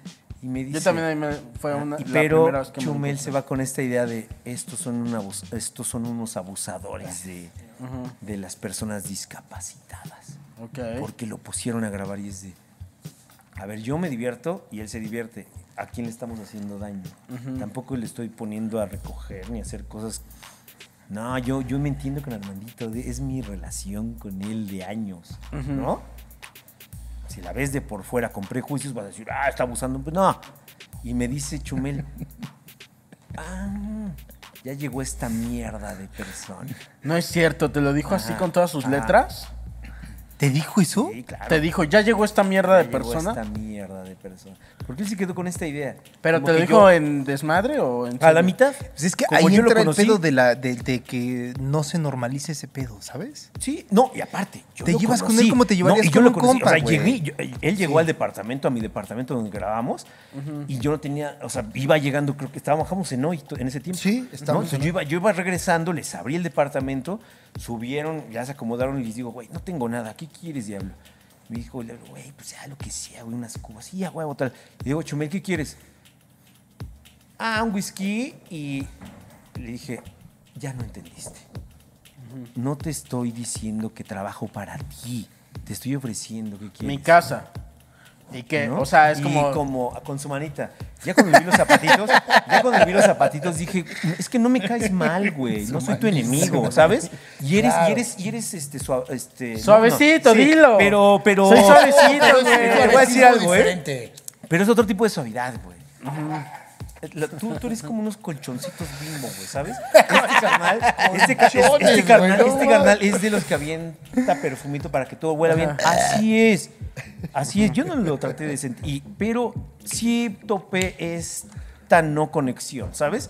Speaker 1: y me dice,
Speaker 3: Yo también ahí me fue
Speaker 1: Ah,
Speaker 3: una.
Speaker 1: y
Speaker 3: la
Speaker 1: pero
Speaker 3: primera vez que me
Speaker 1: Chumel se
Speaker 3: encontré.
Speaker 1: va con esta idea de estos son, un abus- estos son unos abusadores de, de las personas discapacitadas.
Speaker 3: Ok.
Speaker 1: Porque lo pusieron a grabar y es de, a ver, yo me divierto y él se divierte. ¿A quién le estamos haciendo daño? Tampoco le estoy poniendo a recoger ni a hacer cosas. No, yo, yo me entiendo con Armandito, de- es mi relación con él de años, ¿no? Si la ves de por fuera con prejuicios, vas a decir, ah, está abusando. Pues no. Y me dice Chumel, ah, ya llegó esta mierda de persona.
Speaker 3: No es cierto, te lo dijo así
Speaker 1: Ah,
Speaker 3: con todas sus letras.
Speaker 2: ¿Te dijo eso?
Speaker 1: Sí, claro.
Speaker 3: Te dijo, ya llegó esta mierda de
Speaker 1: Ya llegó
Speaker 3: persona.
Speaker 1: Esta mierda de persona. Porque él se quedó con esta idea.
Speaker 3: Pero
Speaker 1: Como
Speaker 3: te lo
Speaker 1: que
Speaker 3: dijo
Speaker 1: yo-
Speaker 3: en desmadre o en.
Speaker 1: a la
Speaker 3: serio?
Speaker 1: mitad.
Speaker 2: Pues es que
Speaker 1: Como
Speaker 2: ahí
Speaker 1: yo lo
Speaker 2: entra el
Speaker 1: conocí-
Speaker 2: pedo de, la, de, de que no se normaliza ese pedo, ¿sabes?
Speaker 1: Sí, no, y aparte, yo
Speaker 2: Te
Speaker 1: lo
Speaker 2: llevas con
Speaker 1: conocí.
Speaker 2: él como te
Speaker 1: No,
Speaker 2: llevarías
Speaker 1: y yo
Speaker 2: con
Speaker 1: lo
Speaker 2: un
Speaker 1: conocí,
Speaker 2: compa,
Speaker 1: O sea,
Speaker 2: güey.
Speaker 1: llegué, yo- él llegó al departamento, a mi departamento donde grabamos, y yo no tenía, o sea, iba llegando, creo que estábamos en hoy en ese tiempo.
Speaker 4: Sí, estábamos
Speaker 1: ¿no? Entonces
Speaker 4: en
Speaker 1: yo, iba, yo iba regresando, les abrí el departamento, subieron, ya se acomodaron y les digo, güey, no tengo nada, ¿qué quieres, diablo? Me dijo, el diablo, güey, pues ya lo que sea, güey, unas cubas, sí, a huevo, tal. Le digo, Chumel, ¿qué quieres? Ah, un whisky y le dije, ya no entendiste. No te estoy diciendo que trabajo para ti. Te estoy ofreciendo que quieres.
Speaker 3: Mi casa. Y que,
Speaker 1: ¿no?
Speaker 3: o sea, es
Speaker 1: Y
Speaker 3: como.
Speaker 1: con su manita. Ya cuando vi los zapatitos, ya cuando vi los zapatitos dije, es que no me caes mal, güey. No soy tu enemigo, ¿sabes? Y eres, y eres, y eres este, suave, este no, no,
Speaker 3: Suavecito,
Speaker 1: sí,
Speaker 3: dilo.
Speaker 1: Pero, pero.
Speaker 3: Soy suavecito,
Speaker 1: Pero,
Speaker 3: güey.
Speaker 1: Te voy a decir algo, ¿eh?
Speaker 4: diferente.
Speaker 1: Pero es otro tipo de suavidad, güey. La- tú, tú eres como unos colchoncitos bimbo, güey, ¿sabes? Este carnal, este, ca- este
Speaker 4: Colchones,
Speaker 1: carnal-
Speaker 4: güey, no
Speaker 1: este
Speaker 4: mames.
Speaker 1: carnal es de los que avienta perfumito para que todo huela bien. Así es. Así es. Yo no lo traté de sentir. y- pero sí topé esta no conexión, ¿sabes?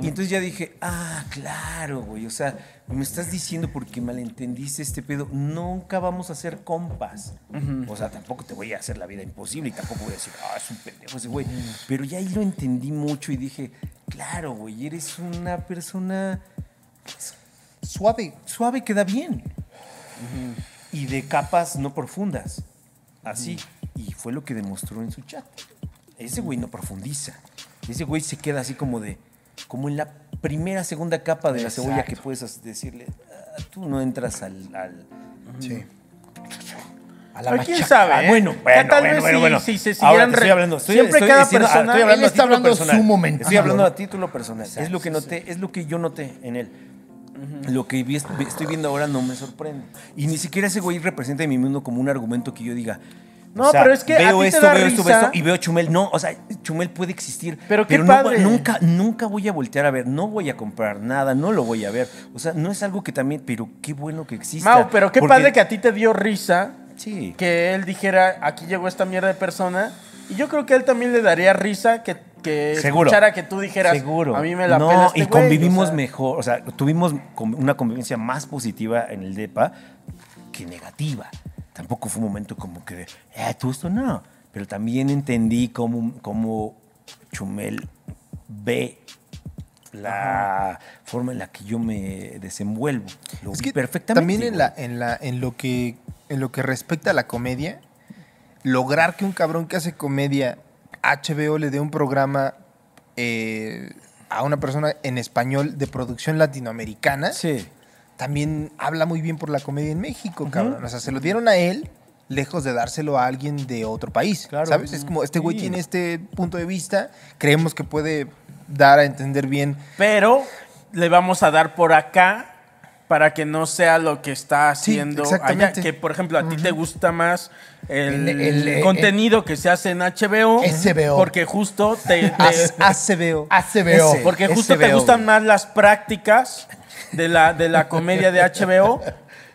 Speaker 1: Y entonces ya dije, ah, claro, güey. O sea, me estás diciendo porque malentendiste este pedo. Nunca vamos a ser compas. O sea, tampoco te voy a hacer la vida imposible y tampoco voy a decir, ah, es un pendejo ese güey. Pero ya ahí lo entendí mucho y dije, claro, güey, eres una persona
Speaker 4: Suave.
Speaker 1: suave queda bien. Y de capas no profundas. Así. Y fue lo que demostró en su chat. Ese güey no profundiza. Ese güey se queda así como de. Como en la primera, segunda capa de la cebolla que puedes as- decirle. "Ah, tú no entras al. al-".
Speaker 4: Sí. A
Speaker 3: Ay, ¿Quién sabe?
Speaker 1: Ah,
Speaker 3: eh?
Speaker 1: bueno,
Speaker 3: Ya
Speaker 1: bueno,
Speaker 3: tal
Speaker 1: bueno,
Speaker 3: vez
Speaker 1: bueno,
Speaker 3: si-
Speaker 1: bueno.
Speaker 3: Si, se
Speaker 1: Ahora
Speaker 3: siguieran
Speaker 1: te estoy
Speaker 3: re-
Speaker 1: hablando, estoy-
Speaker 3: siempre
Speaker 1: estoy
Speaker 3: cada
Speaker 1: diciendo- ah,
Speaker 3: persona.
Speaker 1: estoy hablando
Speaker 4: Él
Speaker 1: a
Speaker 4: está
Speaker 1: título
Speaker 4: hablando de su
Speaker 1: personal.
Speaker 4: momento.
Speaker 1: Estoy hablando
Speaker 4: Ajá.
Speaker 1: a título personal. Es lo que noté, es lo que yo noté en él. Lo que vi- estoy viendo ahora no me sorprende. Y ni siquiera ese güey representa en mi mundo como un argumento que yo diga.
Speaker 3: No, pero es que a
Speaker 1: veo
Speaker 3: ti te
Speaker 1: esto,
Speaker 3: da
Speaker 1: veo esto,
Speaker 3: risa.
Speaker 1: veo esto y veo Chumel. No, o sea, Chumel puede existir.
Speaker 3: Pero qué
Speaker 1: no va-
Speaker 3: padre.
Speaker 1: nunca, nunca voy a voltear a ver, no voy a comprar nada, no lo voy a ver. O sea, no es algo que también, pero qué bueno que exista.
Speaker 3: Mau, pero qué
Speaker 1: Porque-
Speaker 3: padre que a ti te dio risa
Speaker 1: Sí.
Speaker 3: que él dijera, aquí llegó esta mierda de persona. Y yo creo que a él también le daría risa que, que
Speaker 1: Seguro.
Speaker 3: escuchara que tú dijeras, a mí me la
Speaker 1: no,
Speaker 3: pela este
Speaker 1: y
Speaker 3: güey",
Speaker 1: convivimos
Speaker 3: o sea.
Speaker 1: mejor, o sea, tuvimos con- una convivencia más positiva en el DEPA que negativa. Tampoco fue un momento como que, de, eh, tú esto no. Pero también entendí cómo, cómo Chumel ve la forma en la que yo me desenvuelvo. Lo
Speaker 2: Es
Speaker 1: vi
Speaker 2: que
Speaker 1: perfectamente.
Speaker 2: También en,
Speaker 1: güey.
Speaker 2: la, en, la, en, lo que, en lo que respecta a la comedia, lograr que un cabrón que hace comedia, HBO le dé un programa eh, a una persona en español de producción latinoamericana,
Speaker 1: Sí.
Speaker 2: también habla muy bien por la comedia en México, cabrón. O sea, se lo dieron a él lejos de dárselo a alguien de otro país,
Speaker 1: Claro.
Speaker 2: ¿sabes? Es como, este güey
Speaker 1: Sí.
Speaker 2: tiene este punto de vista, creemos que puede dar a entender bien
Speaker 3: Pero le vamos a dar por acá para que no sea lo que está haciendo allá.
Speaker 2: exactamente.
Speaker 3: Que, por ejemplo, a ti te gusta más el,
Speaker 4: El- el- el-
Speaker 3: contenido que se hace en HBO.
Speaker 4: SBO.
Speaker 3: Porque justo te... te-
Speaker 2: ACBO.
Speaker 4: Ah, ACBO.
Speaker 2: Ese.
Speaker 3: Porque justo te
Speaker 2: SBO,
Speaker 3: gustan
Speaker 2: güey.
Speaker 3: más las prácticas de la, de la comedia de HBO.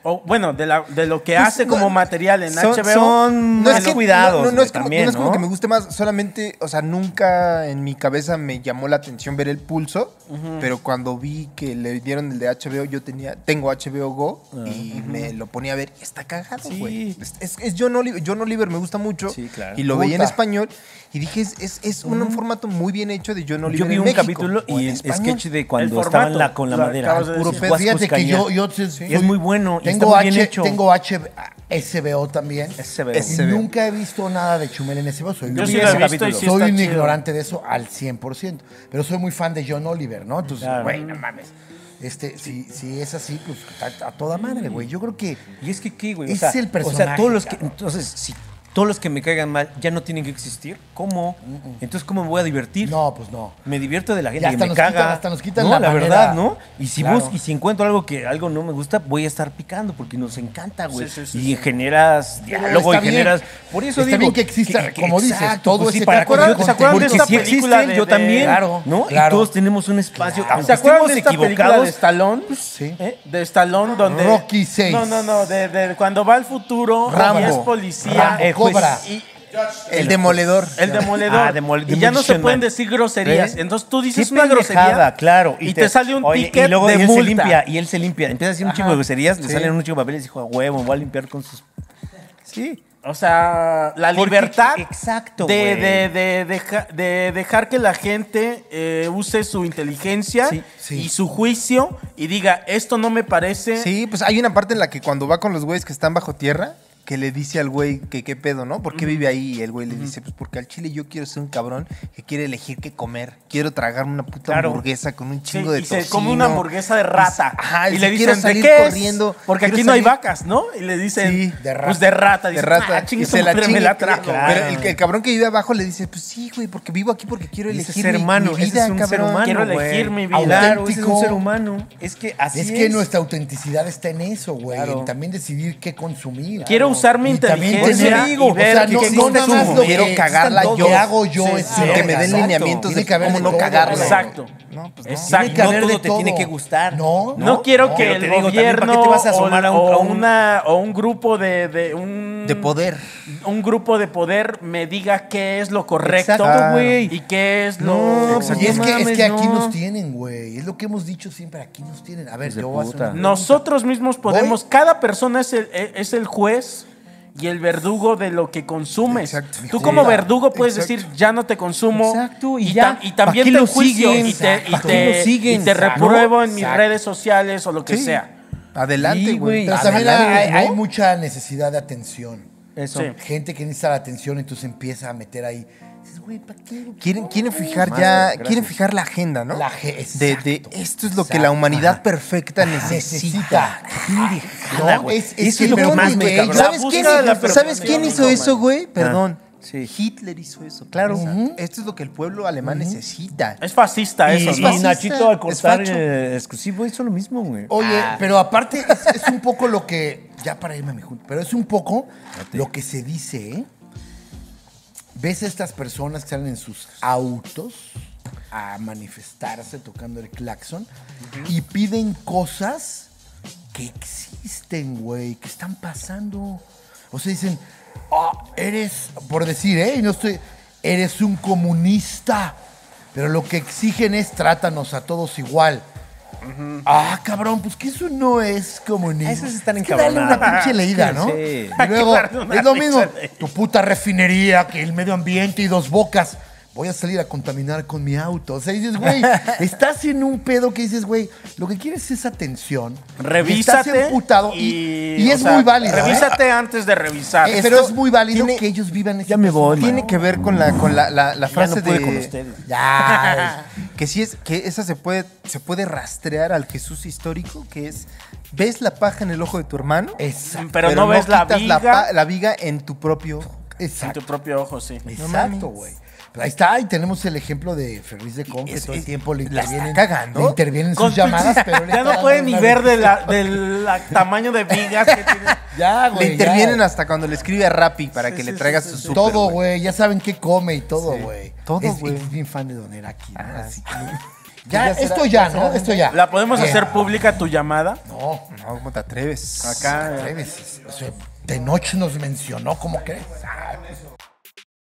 Speaker 3: o, bueno, de, la- de lo que hace
Speaker 2: no,
Speaker 3: como material en
Speaker 1: son-
Speaker 3: HBO.
Speaker 1: son-
Speaker 2: No es,
Speaker 1: Más
Speaker 2: que,
Speaker 1: cuidados,
Speaker 2: no, no, no
Speaker 1: güey,
Speaker 2: es como,
Speaker 1: también,
Speaker 2: no es como
Speaker 1: ¿no?
Speaker 2: que me guste más, solamente, o sea, nunca en mi cabeza me llamó la atención ver el pulso, pero cuando vi que le dieron el de HBO, yo tenía, tengo HBO Go
Speaker 1: Ah,
Speaker 2: y me lo ponía a ver y está cagado,
Speaker 3: Sí.
Speaker 2: güey. Es, es- es John, Oliver, John Oliver me gusta mucho
Speaker 1: Sí, claro.
Speaker 2: y lo veía en
Speaker 4: Puta.
Speaker 2: español y dije, es, es, es un formato muy bien hecho de John Oliver
Speaker 1: Yo vi
Speaker 2: en
Speaker 1: un
Speaker 2: México,
Speaker 1: capítulo
Speaker 2: o en
Speaker 1: y el
Speaker 2: español.
Speaker 1: sketch de cuando
Speaker 3: El
Speaker 1: estaban
Speaker 3: formato,
Speaker 1: la- con la
Speaker 3: lo
Speaker 1: madera.
Speaker 3: acabas de
Speaker 1: al puro
Speaker 3: decir.
Speaker 4: Pero
Speaker 1: Guascus
Speaker 4: fíjate que
Speaker 1: Cañá.
Speaker 4: yo, yo sí,
Speaker 1: Es muy bueno y está
Speaker 4: Tengo,
Speaker 1: muy
Speaker 4: H,
Speaker 1: bien hecho.
Speaker 4: tengo H, SBO también.
Speaker 1: SBO.
Speaker 4: Y
Speaker 2: SBO.
Speaker 4: nunca he visto nada de Chumel en SBO. Soy,
Speaker 3: Yo
Speaker 1: vi
Speaker 3: sí lo he
Speaker 1: ese
Speaker 3: visto y
Speaker 1: capítulo.
Speaker 3: sí
Speaker 4: soy
Speaker 3: está
Speaker 4: un
Speaker 3: chido.
Speaker 4: ignorante de eso al 100%. Pero soy muy fan de John Oliver, ¿no? Entonces,
Speaker 1: Claro.
Speaker 4: güey, no mames. Este, si, si es así, pues a, a toda madre, güey. Yo creo que
Speaker 1: Y es que qué, güey. O
Speaker 4: Ese
Speaker 1: sea,
Speaker 4: es el
Speaker 1: O sea, todos los
Speaker 4: personaje,
Speaker 1: que.
Speaker 4: cabrón.
Speaker 1: Entonces, si todos los que me caigan mal ya no tienen que existir, ¿cómo? Entonces, ¿cómo me voy a divertir?
Speaker 4: Mm, no, pues no.
Speaker 1: Me divierto de la gente
Speaker 4: Y
Speaker 1: que
Speaker 4: hasta
Speaker 1: me
Speaker 4: nos
Speaker 1: caga.
Speaker 4: quitan- hasta nos quitan
Speaker 1: no,
Speaker 4: la
Speaker 1: la,
Speaker 4: manera.
Speaker 1: verdad, ¿no? Y si
Speaker 4: Claro.
Speaker 1: busco y si encuentro algo que algo no me gusta, voy a estar picando porque nos encanta, güey.
Speaker 3: Sí, sí, sí,
Speaker 1: y
Speaker 3: sí.
Speaker 1: generas diálogo
Speaker 4: está
Speaker 1: y
Speaker 4: bien.
Speaker 1: generas. Por eso
Speaker 4: Está
Speaker 1: digo
Speaker 4: bien que exista, como dices, todo
Speaker 1: pues sí,
Speaker 4: ese- ¿te
Speaker 1: para
Speaker 4: acuerdas-
Speaker 1: que yo-
Speaker 4: ¿se acuerdan
Speaker 1: porque
Speaker 4: de esta
Speaker 1: si
Speaker 3: película
Speaker 1: existen,
Speaker 3: de-
Speaker 1: yo
Speaker 3: de-
Speaker 1: también,
Speaker 4: Claro,
Speaker 1: ¿no?
Speaker 4: claro.
Speaker 1: Y todos tenemos un espacio.
Speaker 4: Claro.
Speaker 1: aunque
Speaker 3: ¿Se acuerdan
Speaker 1: estemos
Speaker 3: de esta película de
Speaker 1: Ah, equivocados, Pues
Speaker 3: Stallone?
Speaker 4: Sí.
Speaker 3: ¿Eh? De Stallone, donde.
Speaker 4: Rocky seis.
Speaker 3: No, no, no. De, de cuando va al futuro
Speaker 4: Rambo.
Speaker 3: y es policía.
Speaker 4: Rambo,
Speaker 1: eh, juez.
Speaker 4: Cobra.
Speaker 3: Y
Speaker 2: El demoledor.
Speaker 3: el demoledor.
Speaker 1: Ah, demol-
Speaker 3: y ya no se
Speaker 1: Demolition
Speaker 3: pueden
Speaker 1: Man.
Speaker 3: decir groserías.
Speaker 1: ¿Eh?
Speaker 3: Entonces tú dices
Speaker 1: Qué
Speaker 3: una
Speaker 1: pendejada,
Speaker 3: grosería.
Speaker 1: claro.
Speaker 3: Y, te, sale un
Speaker 1: oye,
Speaker 3: ticket
Speaker 1: Y luego
Speaker 3: de
Speaker 1: y él
Speaker 3: multa.
Speaker 1: se limpia, y él se limpia. Empieza a hacer un chingo de groserías, le
Speaker 2: Sí.
Speaker 1: salen un chingo de papeles y dijo, a huevo, me voy a limpiar con sus...
Speaker 3: Sí. O sea, la
Speaker 1: Porque-
Speaker 3: libertad
Speaker 1: exacto,
Speaker 3: de,
Speaker 1: güey.
Speaker 3: de, de, deja- de dejar que la gente eh, use su inteligencia
Speaker 1: Sí,
Speaker 4: sí.
Speaker 3: y su juicio y diga, esto no me parece.
Speaker 2: Sí, pues hay una parte en la que cuando va con los güeyes que están bajo tierra, que le dice al güey que qué pedo, ¿no? ¿Por qué vive ahí? Y el güey le dice, pues porque al chile yo quiero ser un cabrón que quiere elegir qué comer. Quiero tragarme una puta
Speaker 1: Claro.
Speaker 2: hamburguesa con un
Speaker 3: Sí,
Speaker 2: chingo de
Speaker 3: y se
Speaker 2: tocino.
Speaker 3: come una hamburguesa de rata.
Speaker 2: Y, ajá,
Speaker 3: y le
Speaker 2: quiero
Speaker 3: dicen, ¿de
Speaker 2: salir
Speaker 3: qué es?"
Speaker 2: corriendo.
Speaker 3: Porque
Speaker 2: quiero
Speaker 3: aquí no hay
Speaker 2: salir-
Speaker 3: vacas, ¿no? Y le dicen,
Speaker 2: Sí,
Speaker 4: de
Speaker 3: pues
Speaker 4: rata.
Speaker 3: de rata.
Speaker 2: De
Speaker 3: Dicen,
Speaker 2: rata.
Speaker 3: "Ah, chingue
Speaker 2: y
Speaker 3: su
Speaker 2: se la
Speaker 3: madre, me
Speaker 2: chinga.
Speaker 3: la trago.
Speaker 2: Pero el, el cabrón que vive abajo le dice, pues sí, güey, porque vivo aquí porque quiero
Speaker 1: Ese
Speaker 2: elegir
Speaker 1: ser
Speaker 2: mi-
Speaker 1: humano,
Speaker 2: mi,
Speaker 1: ese
Speaker 2: vida,
Speaker 1: es un ser
Speaker 2: cabrón.
Speaker 1: humano,
Speaker 3: Quiero
Speaker 1: güey.
Speaker 3: elegir mi vida.
Speaker 1: Claro, ese es un
Speaker 4: Auténtico.
Speaker 1: ser humano. Es que así es.
Speaker 4: es que nuestra autenticidad está en eso, güey.
Speaker 1: Claro.
Speaker 4: En también decidir qué consumir.
Speaker 3: Quiero usar mi
Speaker 4: Y también
Speaker 3: inteligencia
Speaker 4: tener-
Speaker 1: y ver
Speaker 4: o sea,
Speaker 1: qué
Speaker 4: no, no
Speaker 1: existe
Speaker 4: nada más
Speaker 1: su-
Speaker 4: lo
Speaker 2: quiero
Speaker 4: que
Speaker 2: cagarla
Speaker 4: existan
Speaker 2: yo.
Speaker 4: lo que hago yo.
Speaker 1: Sí,
Speaker 4: es
Speaker 1: sin
Speaker 2: Sin que
Speaker 4: verga,
Speaker 2: me den
Speaker 4: exacto.
Speaker 2: lineamientos
Speaker 4: Tiene
Speaker 2: de
Speaker 4: que haber
Speaker 2: cómo
Speaker 4: de
Speaker 2: no
Speaker 4: todo,
Speaker 2: cagarla.
Speaker 4: güey.
Speaker 3: Exacto.
Speaker 2: No, pues no.
Speaker 4: Tiene que
Speaker 1: No
Speaker 3: Exacto.
Speaker 4: haber
Speaker 1: todo
Speaker 4: de
Speaker 1: te tiene
Speaker 4: todo.
Speaker 1: que gustar.
Speaker 4: No,
Speaker 3: No, quiero que
Speaker 1: Pero
Speaker 3: el
Speaker 1: te digo, también, ¿para qué
Speaker 3: gobierno
Speaker 1: te vas a
Speaker 3: o,
Speaker 1: asomar a un-
Speaker 3: o
Speaker 1: a un-
Speaker 3: una, o un grupo de, de un
Speaker 2: De poder.
Speaker 3: un grupo de poder me diga qué es lo correcto
Speaker 1: Exacto, güey.
Speaker 3: y qué es lo
Speaker 1: No,
Speaker 3: no,
Speaker 1: pues,
Speaker 4: Y es,
Speaker 1: No
Speaker 4: que, es
Speaker 1: mames,
Speaker 4: que aquí
Speaker 1: no.
Speaker 4: nos tienen, güey. Es lo que hemos dicho siempre, aquí nos tienen. A ver,
Speaker 1: Hijos de
Speaker 4: yo voy a hacer
Speaker 1: puta.
Speaker 4: una
Speaker 3: Nosotros mismos podemos, cada persona es el, e- es el juez y el verdugo de lo que consumes.
Speaker 2: Exacto.
Speaker 3: Tú como
Speaker 2: Sí.
Speaker 3: verdugo puedes
Speaker 2: Exacto.
Speaker 3: decir, ya no te consumo.
Speaker 1: Exacto, y
Speaker 3: tam-
Speaker 1: ya,
Speaker 3: y
Speaker 1: ¿pa'
Speaker 3: también
Speaker 1: qué
Speaker 3: te
Speaker 1: lo
Speaker 3: juicio
Speaker 1: siguen?
Speaker 3: y te, y
Speaker 1: ¿Pa' qué
Speaker 3: te-
Speaker 1: lo siguen?
Speaker 3: y te
Speaker 1: Exacto.
Speaker 3: repruebo en mis
Speaker 4: Exacto.
Speaker 3: redes sociales o lo que
Speaker 2: Sí.
Speaker 3: sea.
Speaker 2: Adelante,
Speaker 1: Sí,
Speaker 2: güey.
Speaker 1: güey.
Speaker 4: Pero
Speaker 1: Adelante,
Speaker 4: también hay,
Speaker 1: ¿no?
Speaker 4: hay mucha necesidad de atención.
Speaker 1: Eso. Ah,
Speaker 3: Sí.
Speaker 4: Gente que necesita la atención, entonces empieza a meter ahí. Dices, güey, ¿para qué?
Speaker 2: Quieren, quieren fijar
Speaker 1: Madre,
Speaker 2: ya,
Speaker 1: gracias.
Speaker 2: quieren fijar la agenda, ¿no?
Speaker 4: La ge-
Speaker 2: de, de
Speaker 4: exacto,
Speaker 2: esto es lo que
Speaker 4: exacto.
Speaker 2: la humanidad perfecta necesita.
Speaker 4: Necesita.
Speaker 1: pendejada,
Speaker 4: No,
Speaker 1: güey.
Speaker 4: es- es
Speaker 1: Eso
Speaker 4: que
Speaker 1: es lo que
Speaker 4: pero
Speaker 1: más
Speaker 4: ni
Speaker 1: me
Speaker 4: que
Speaker 1: cabrón.
Speaker 4: ellos-
Speaker 2: ¿Sabes
Speaker 3: La
Speaker 2: quién,
Speaker 3: búsqueda de la
Speaker 2: ¿sabes
Speaker 3: perfección,
Speaker 2: quién
Speaker 3: no,
Speaker 2: hizo
Speaker 3: man.
Speaker 2: eso, güey? Perdón.
Speaker 1: sí.
Speaker 2: Hitler hizo eso. Claro. Esto es lo que el pueblo alemán necesita.
Speaker 3: Es fascista
Speaker 1: Y,
Speaker 3: eso,
Speaker 2: es
Speaker 1: y
Speaker 3: ¿no?
Speaker 2: fascista,
Speaker 1: Nachito al cortar
Speaker 2: es facho.
Speaker 1: eh, exclusivo hizo lo mismo, güey.
Speaker 4: Oye, pero aparte es, es un poco lo que. Ya para irme a mi junta, pero es un poco lo que se dice, ¿eh? ¿Ves a estas personas que salen en sus autos a manifestarse tocando el claxon y piden cosas que existen, güey, que están pasando? O sea, dicen, "Ah, eres, por decir, ¿eh? Y no estoy, eres un comunista, pero lo que exigen es trátanos a todos igual. Ah, cabrón, pues que eso no es comunismo.
Speaker 1: Esos están
Speaker 4: Es que dale una
Speaker 1: encabronados.
Speaker 4: pinche leída, ¿no?
Speaker 1: Sí.
Speaker 4: Y luego,
Speaker 3: Hay que darle una
Speaker 4: es lo
Speaker 3: pinche
Speaker 4: mismo,
Speaker 3: leída.
Speaker 4: tu puta refinería, que el medio ambiente y dos bocas. Voy a salir a contaminar con mi auto. O sea, dices, güey, estás en un pedo que dices, güey, lo que quieres es atención. Y
Speaker 3: Revísate.
Speaker 4: Estás emputado y, y
Speaker 3: o
Speaker 4: es
Speaker 3: sea,
Speaker 4: muy válido. ¿eh?
Speaker 3: Revísate antes de revisar.
Speaker 4: Eh,
Speaker 2: Es-
Speaker 4: pero
Speaker 2: Esto
Speaker 4: es muy válido
Speaker 2: tiene-
Speaker 4: que ellos vivan ese
Speaker 1: Ya me voy,
Speaker 4: personaje.
Speaker 2: Tiene que ver con la, con la, la, la frase
Speaker 1: no pude
Speaker 2: de.
Speaker 1: con ustedes.
Speaker 2: Ya. que sí es, que esa se puede, se puede rastrear al Jesús histórico, que es ves la paja en el ojo de tu hermano,
Speaker 4: Eh, Exacto.
Speaker 3: pero, no ves la
Speaker 2: quitas
Speaker 3: viga
Speaker 2: pa- la viga en tu propio ojo.
Speaker 3: en
Speaker 4: Exacto.
Speaker 3: tu propio ojo, sí.
Speaker 4: Exacto, güey. Pero ahí está, y tenemos el ejemplo de Ferris de Con, que
Speaker 2: Es-
Speaker 4: todo el
Speaker 2: es-
Speaker 4: tiempo le
Speaker 2: la está
Speaker 4: intervienen,
Speaker 2: cagando.
Speaker 4: le intervienen
Speaker 3: Con
Speaker 4: sus llamadas,
Speaker 3: pinches-
Speaker 4: pero le
Speaker 3: ya
Speaker 4: está
Speaker 3: no
Speaker 4: dando
Speaker 3: pueden ni
Speaker 4: una
Speaker 3: ver de
Speaker 4: revisión.
Speaker 3: la- del la- tamaño de vigas que tiene.
Speaker 2: Le
Speaker 4: Ya, güey. ya.
Speaker 2: intervienen hasta cuando le escribe a Rappi para
Speaker 3: Sí,
Speaker 2: que
Speaker 3: sí,
Speaker 2: le
Speaker 3: sí,
Speaker 2: traigas
Speaker 3: sí,
Speaker 2: su
Speaker 3: sí.
Speaker 2: súper,
Speaker 4: Todo,
Speaker 2: güey.
Speaker 4: güey. Ya saben qué come y todo,
Speaker 2: Sí.
Speaker 4: güey.
Speaker 2: Todo,
Speaker 4: Es-
Speaker 2: güey.
Speaker 4: Es bien fan de Don Eraki, ¿no? Así. Ya,
Speaker 2: Ya será-
Speaker 4: esto
Speaker 2: ya
Speaker 4: ya,
Speaker 2: será
Speaker 4: ¿no? Esto ya.
Speaker 3: ¿La podemos
Speaker 4: Bien.
Speaker 3: hacer pública tu llamada?
Speaker 4: No,
Speaker 2: No, ¿cómo te atreves?
Speaker 3: Acá.
Speaker 4: ¿qué dices? O sea, de noche nos mencionó, ¿cómo crees? Ah,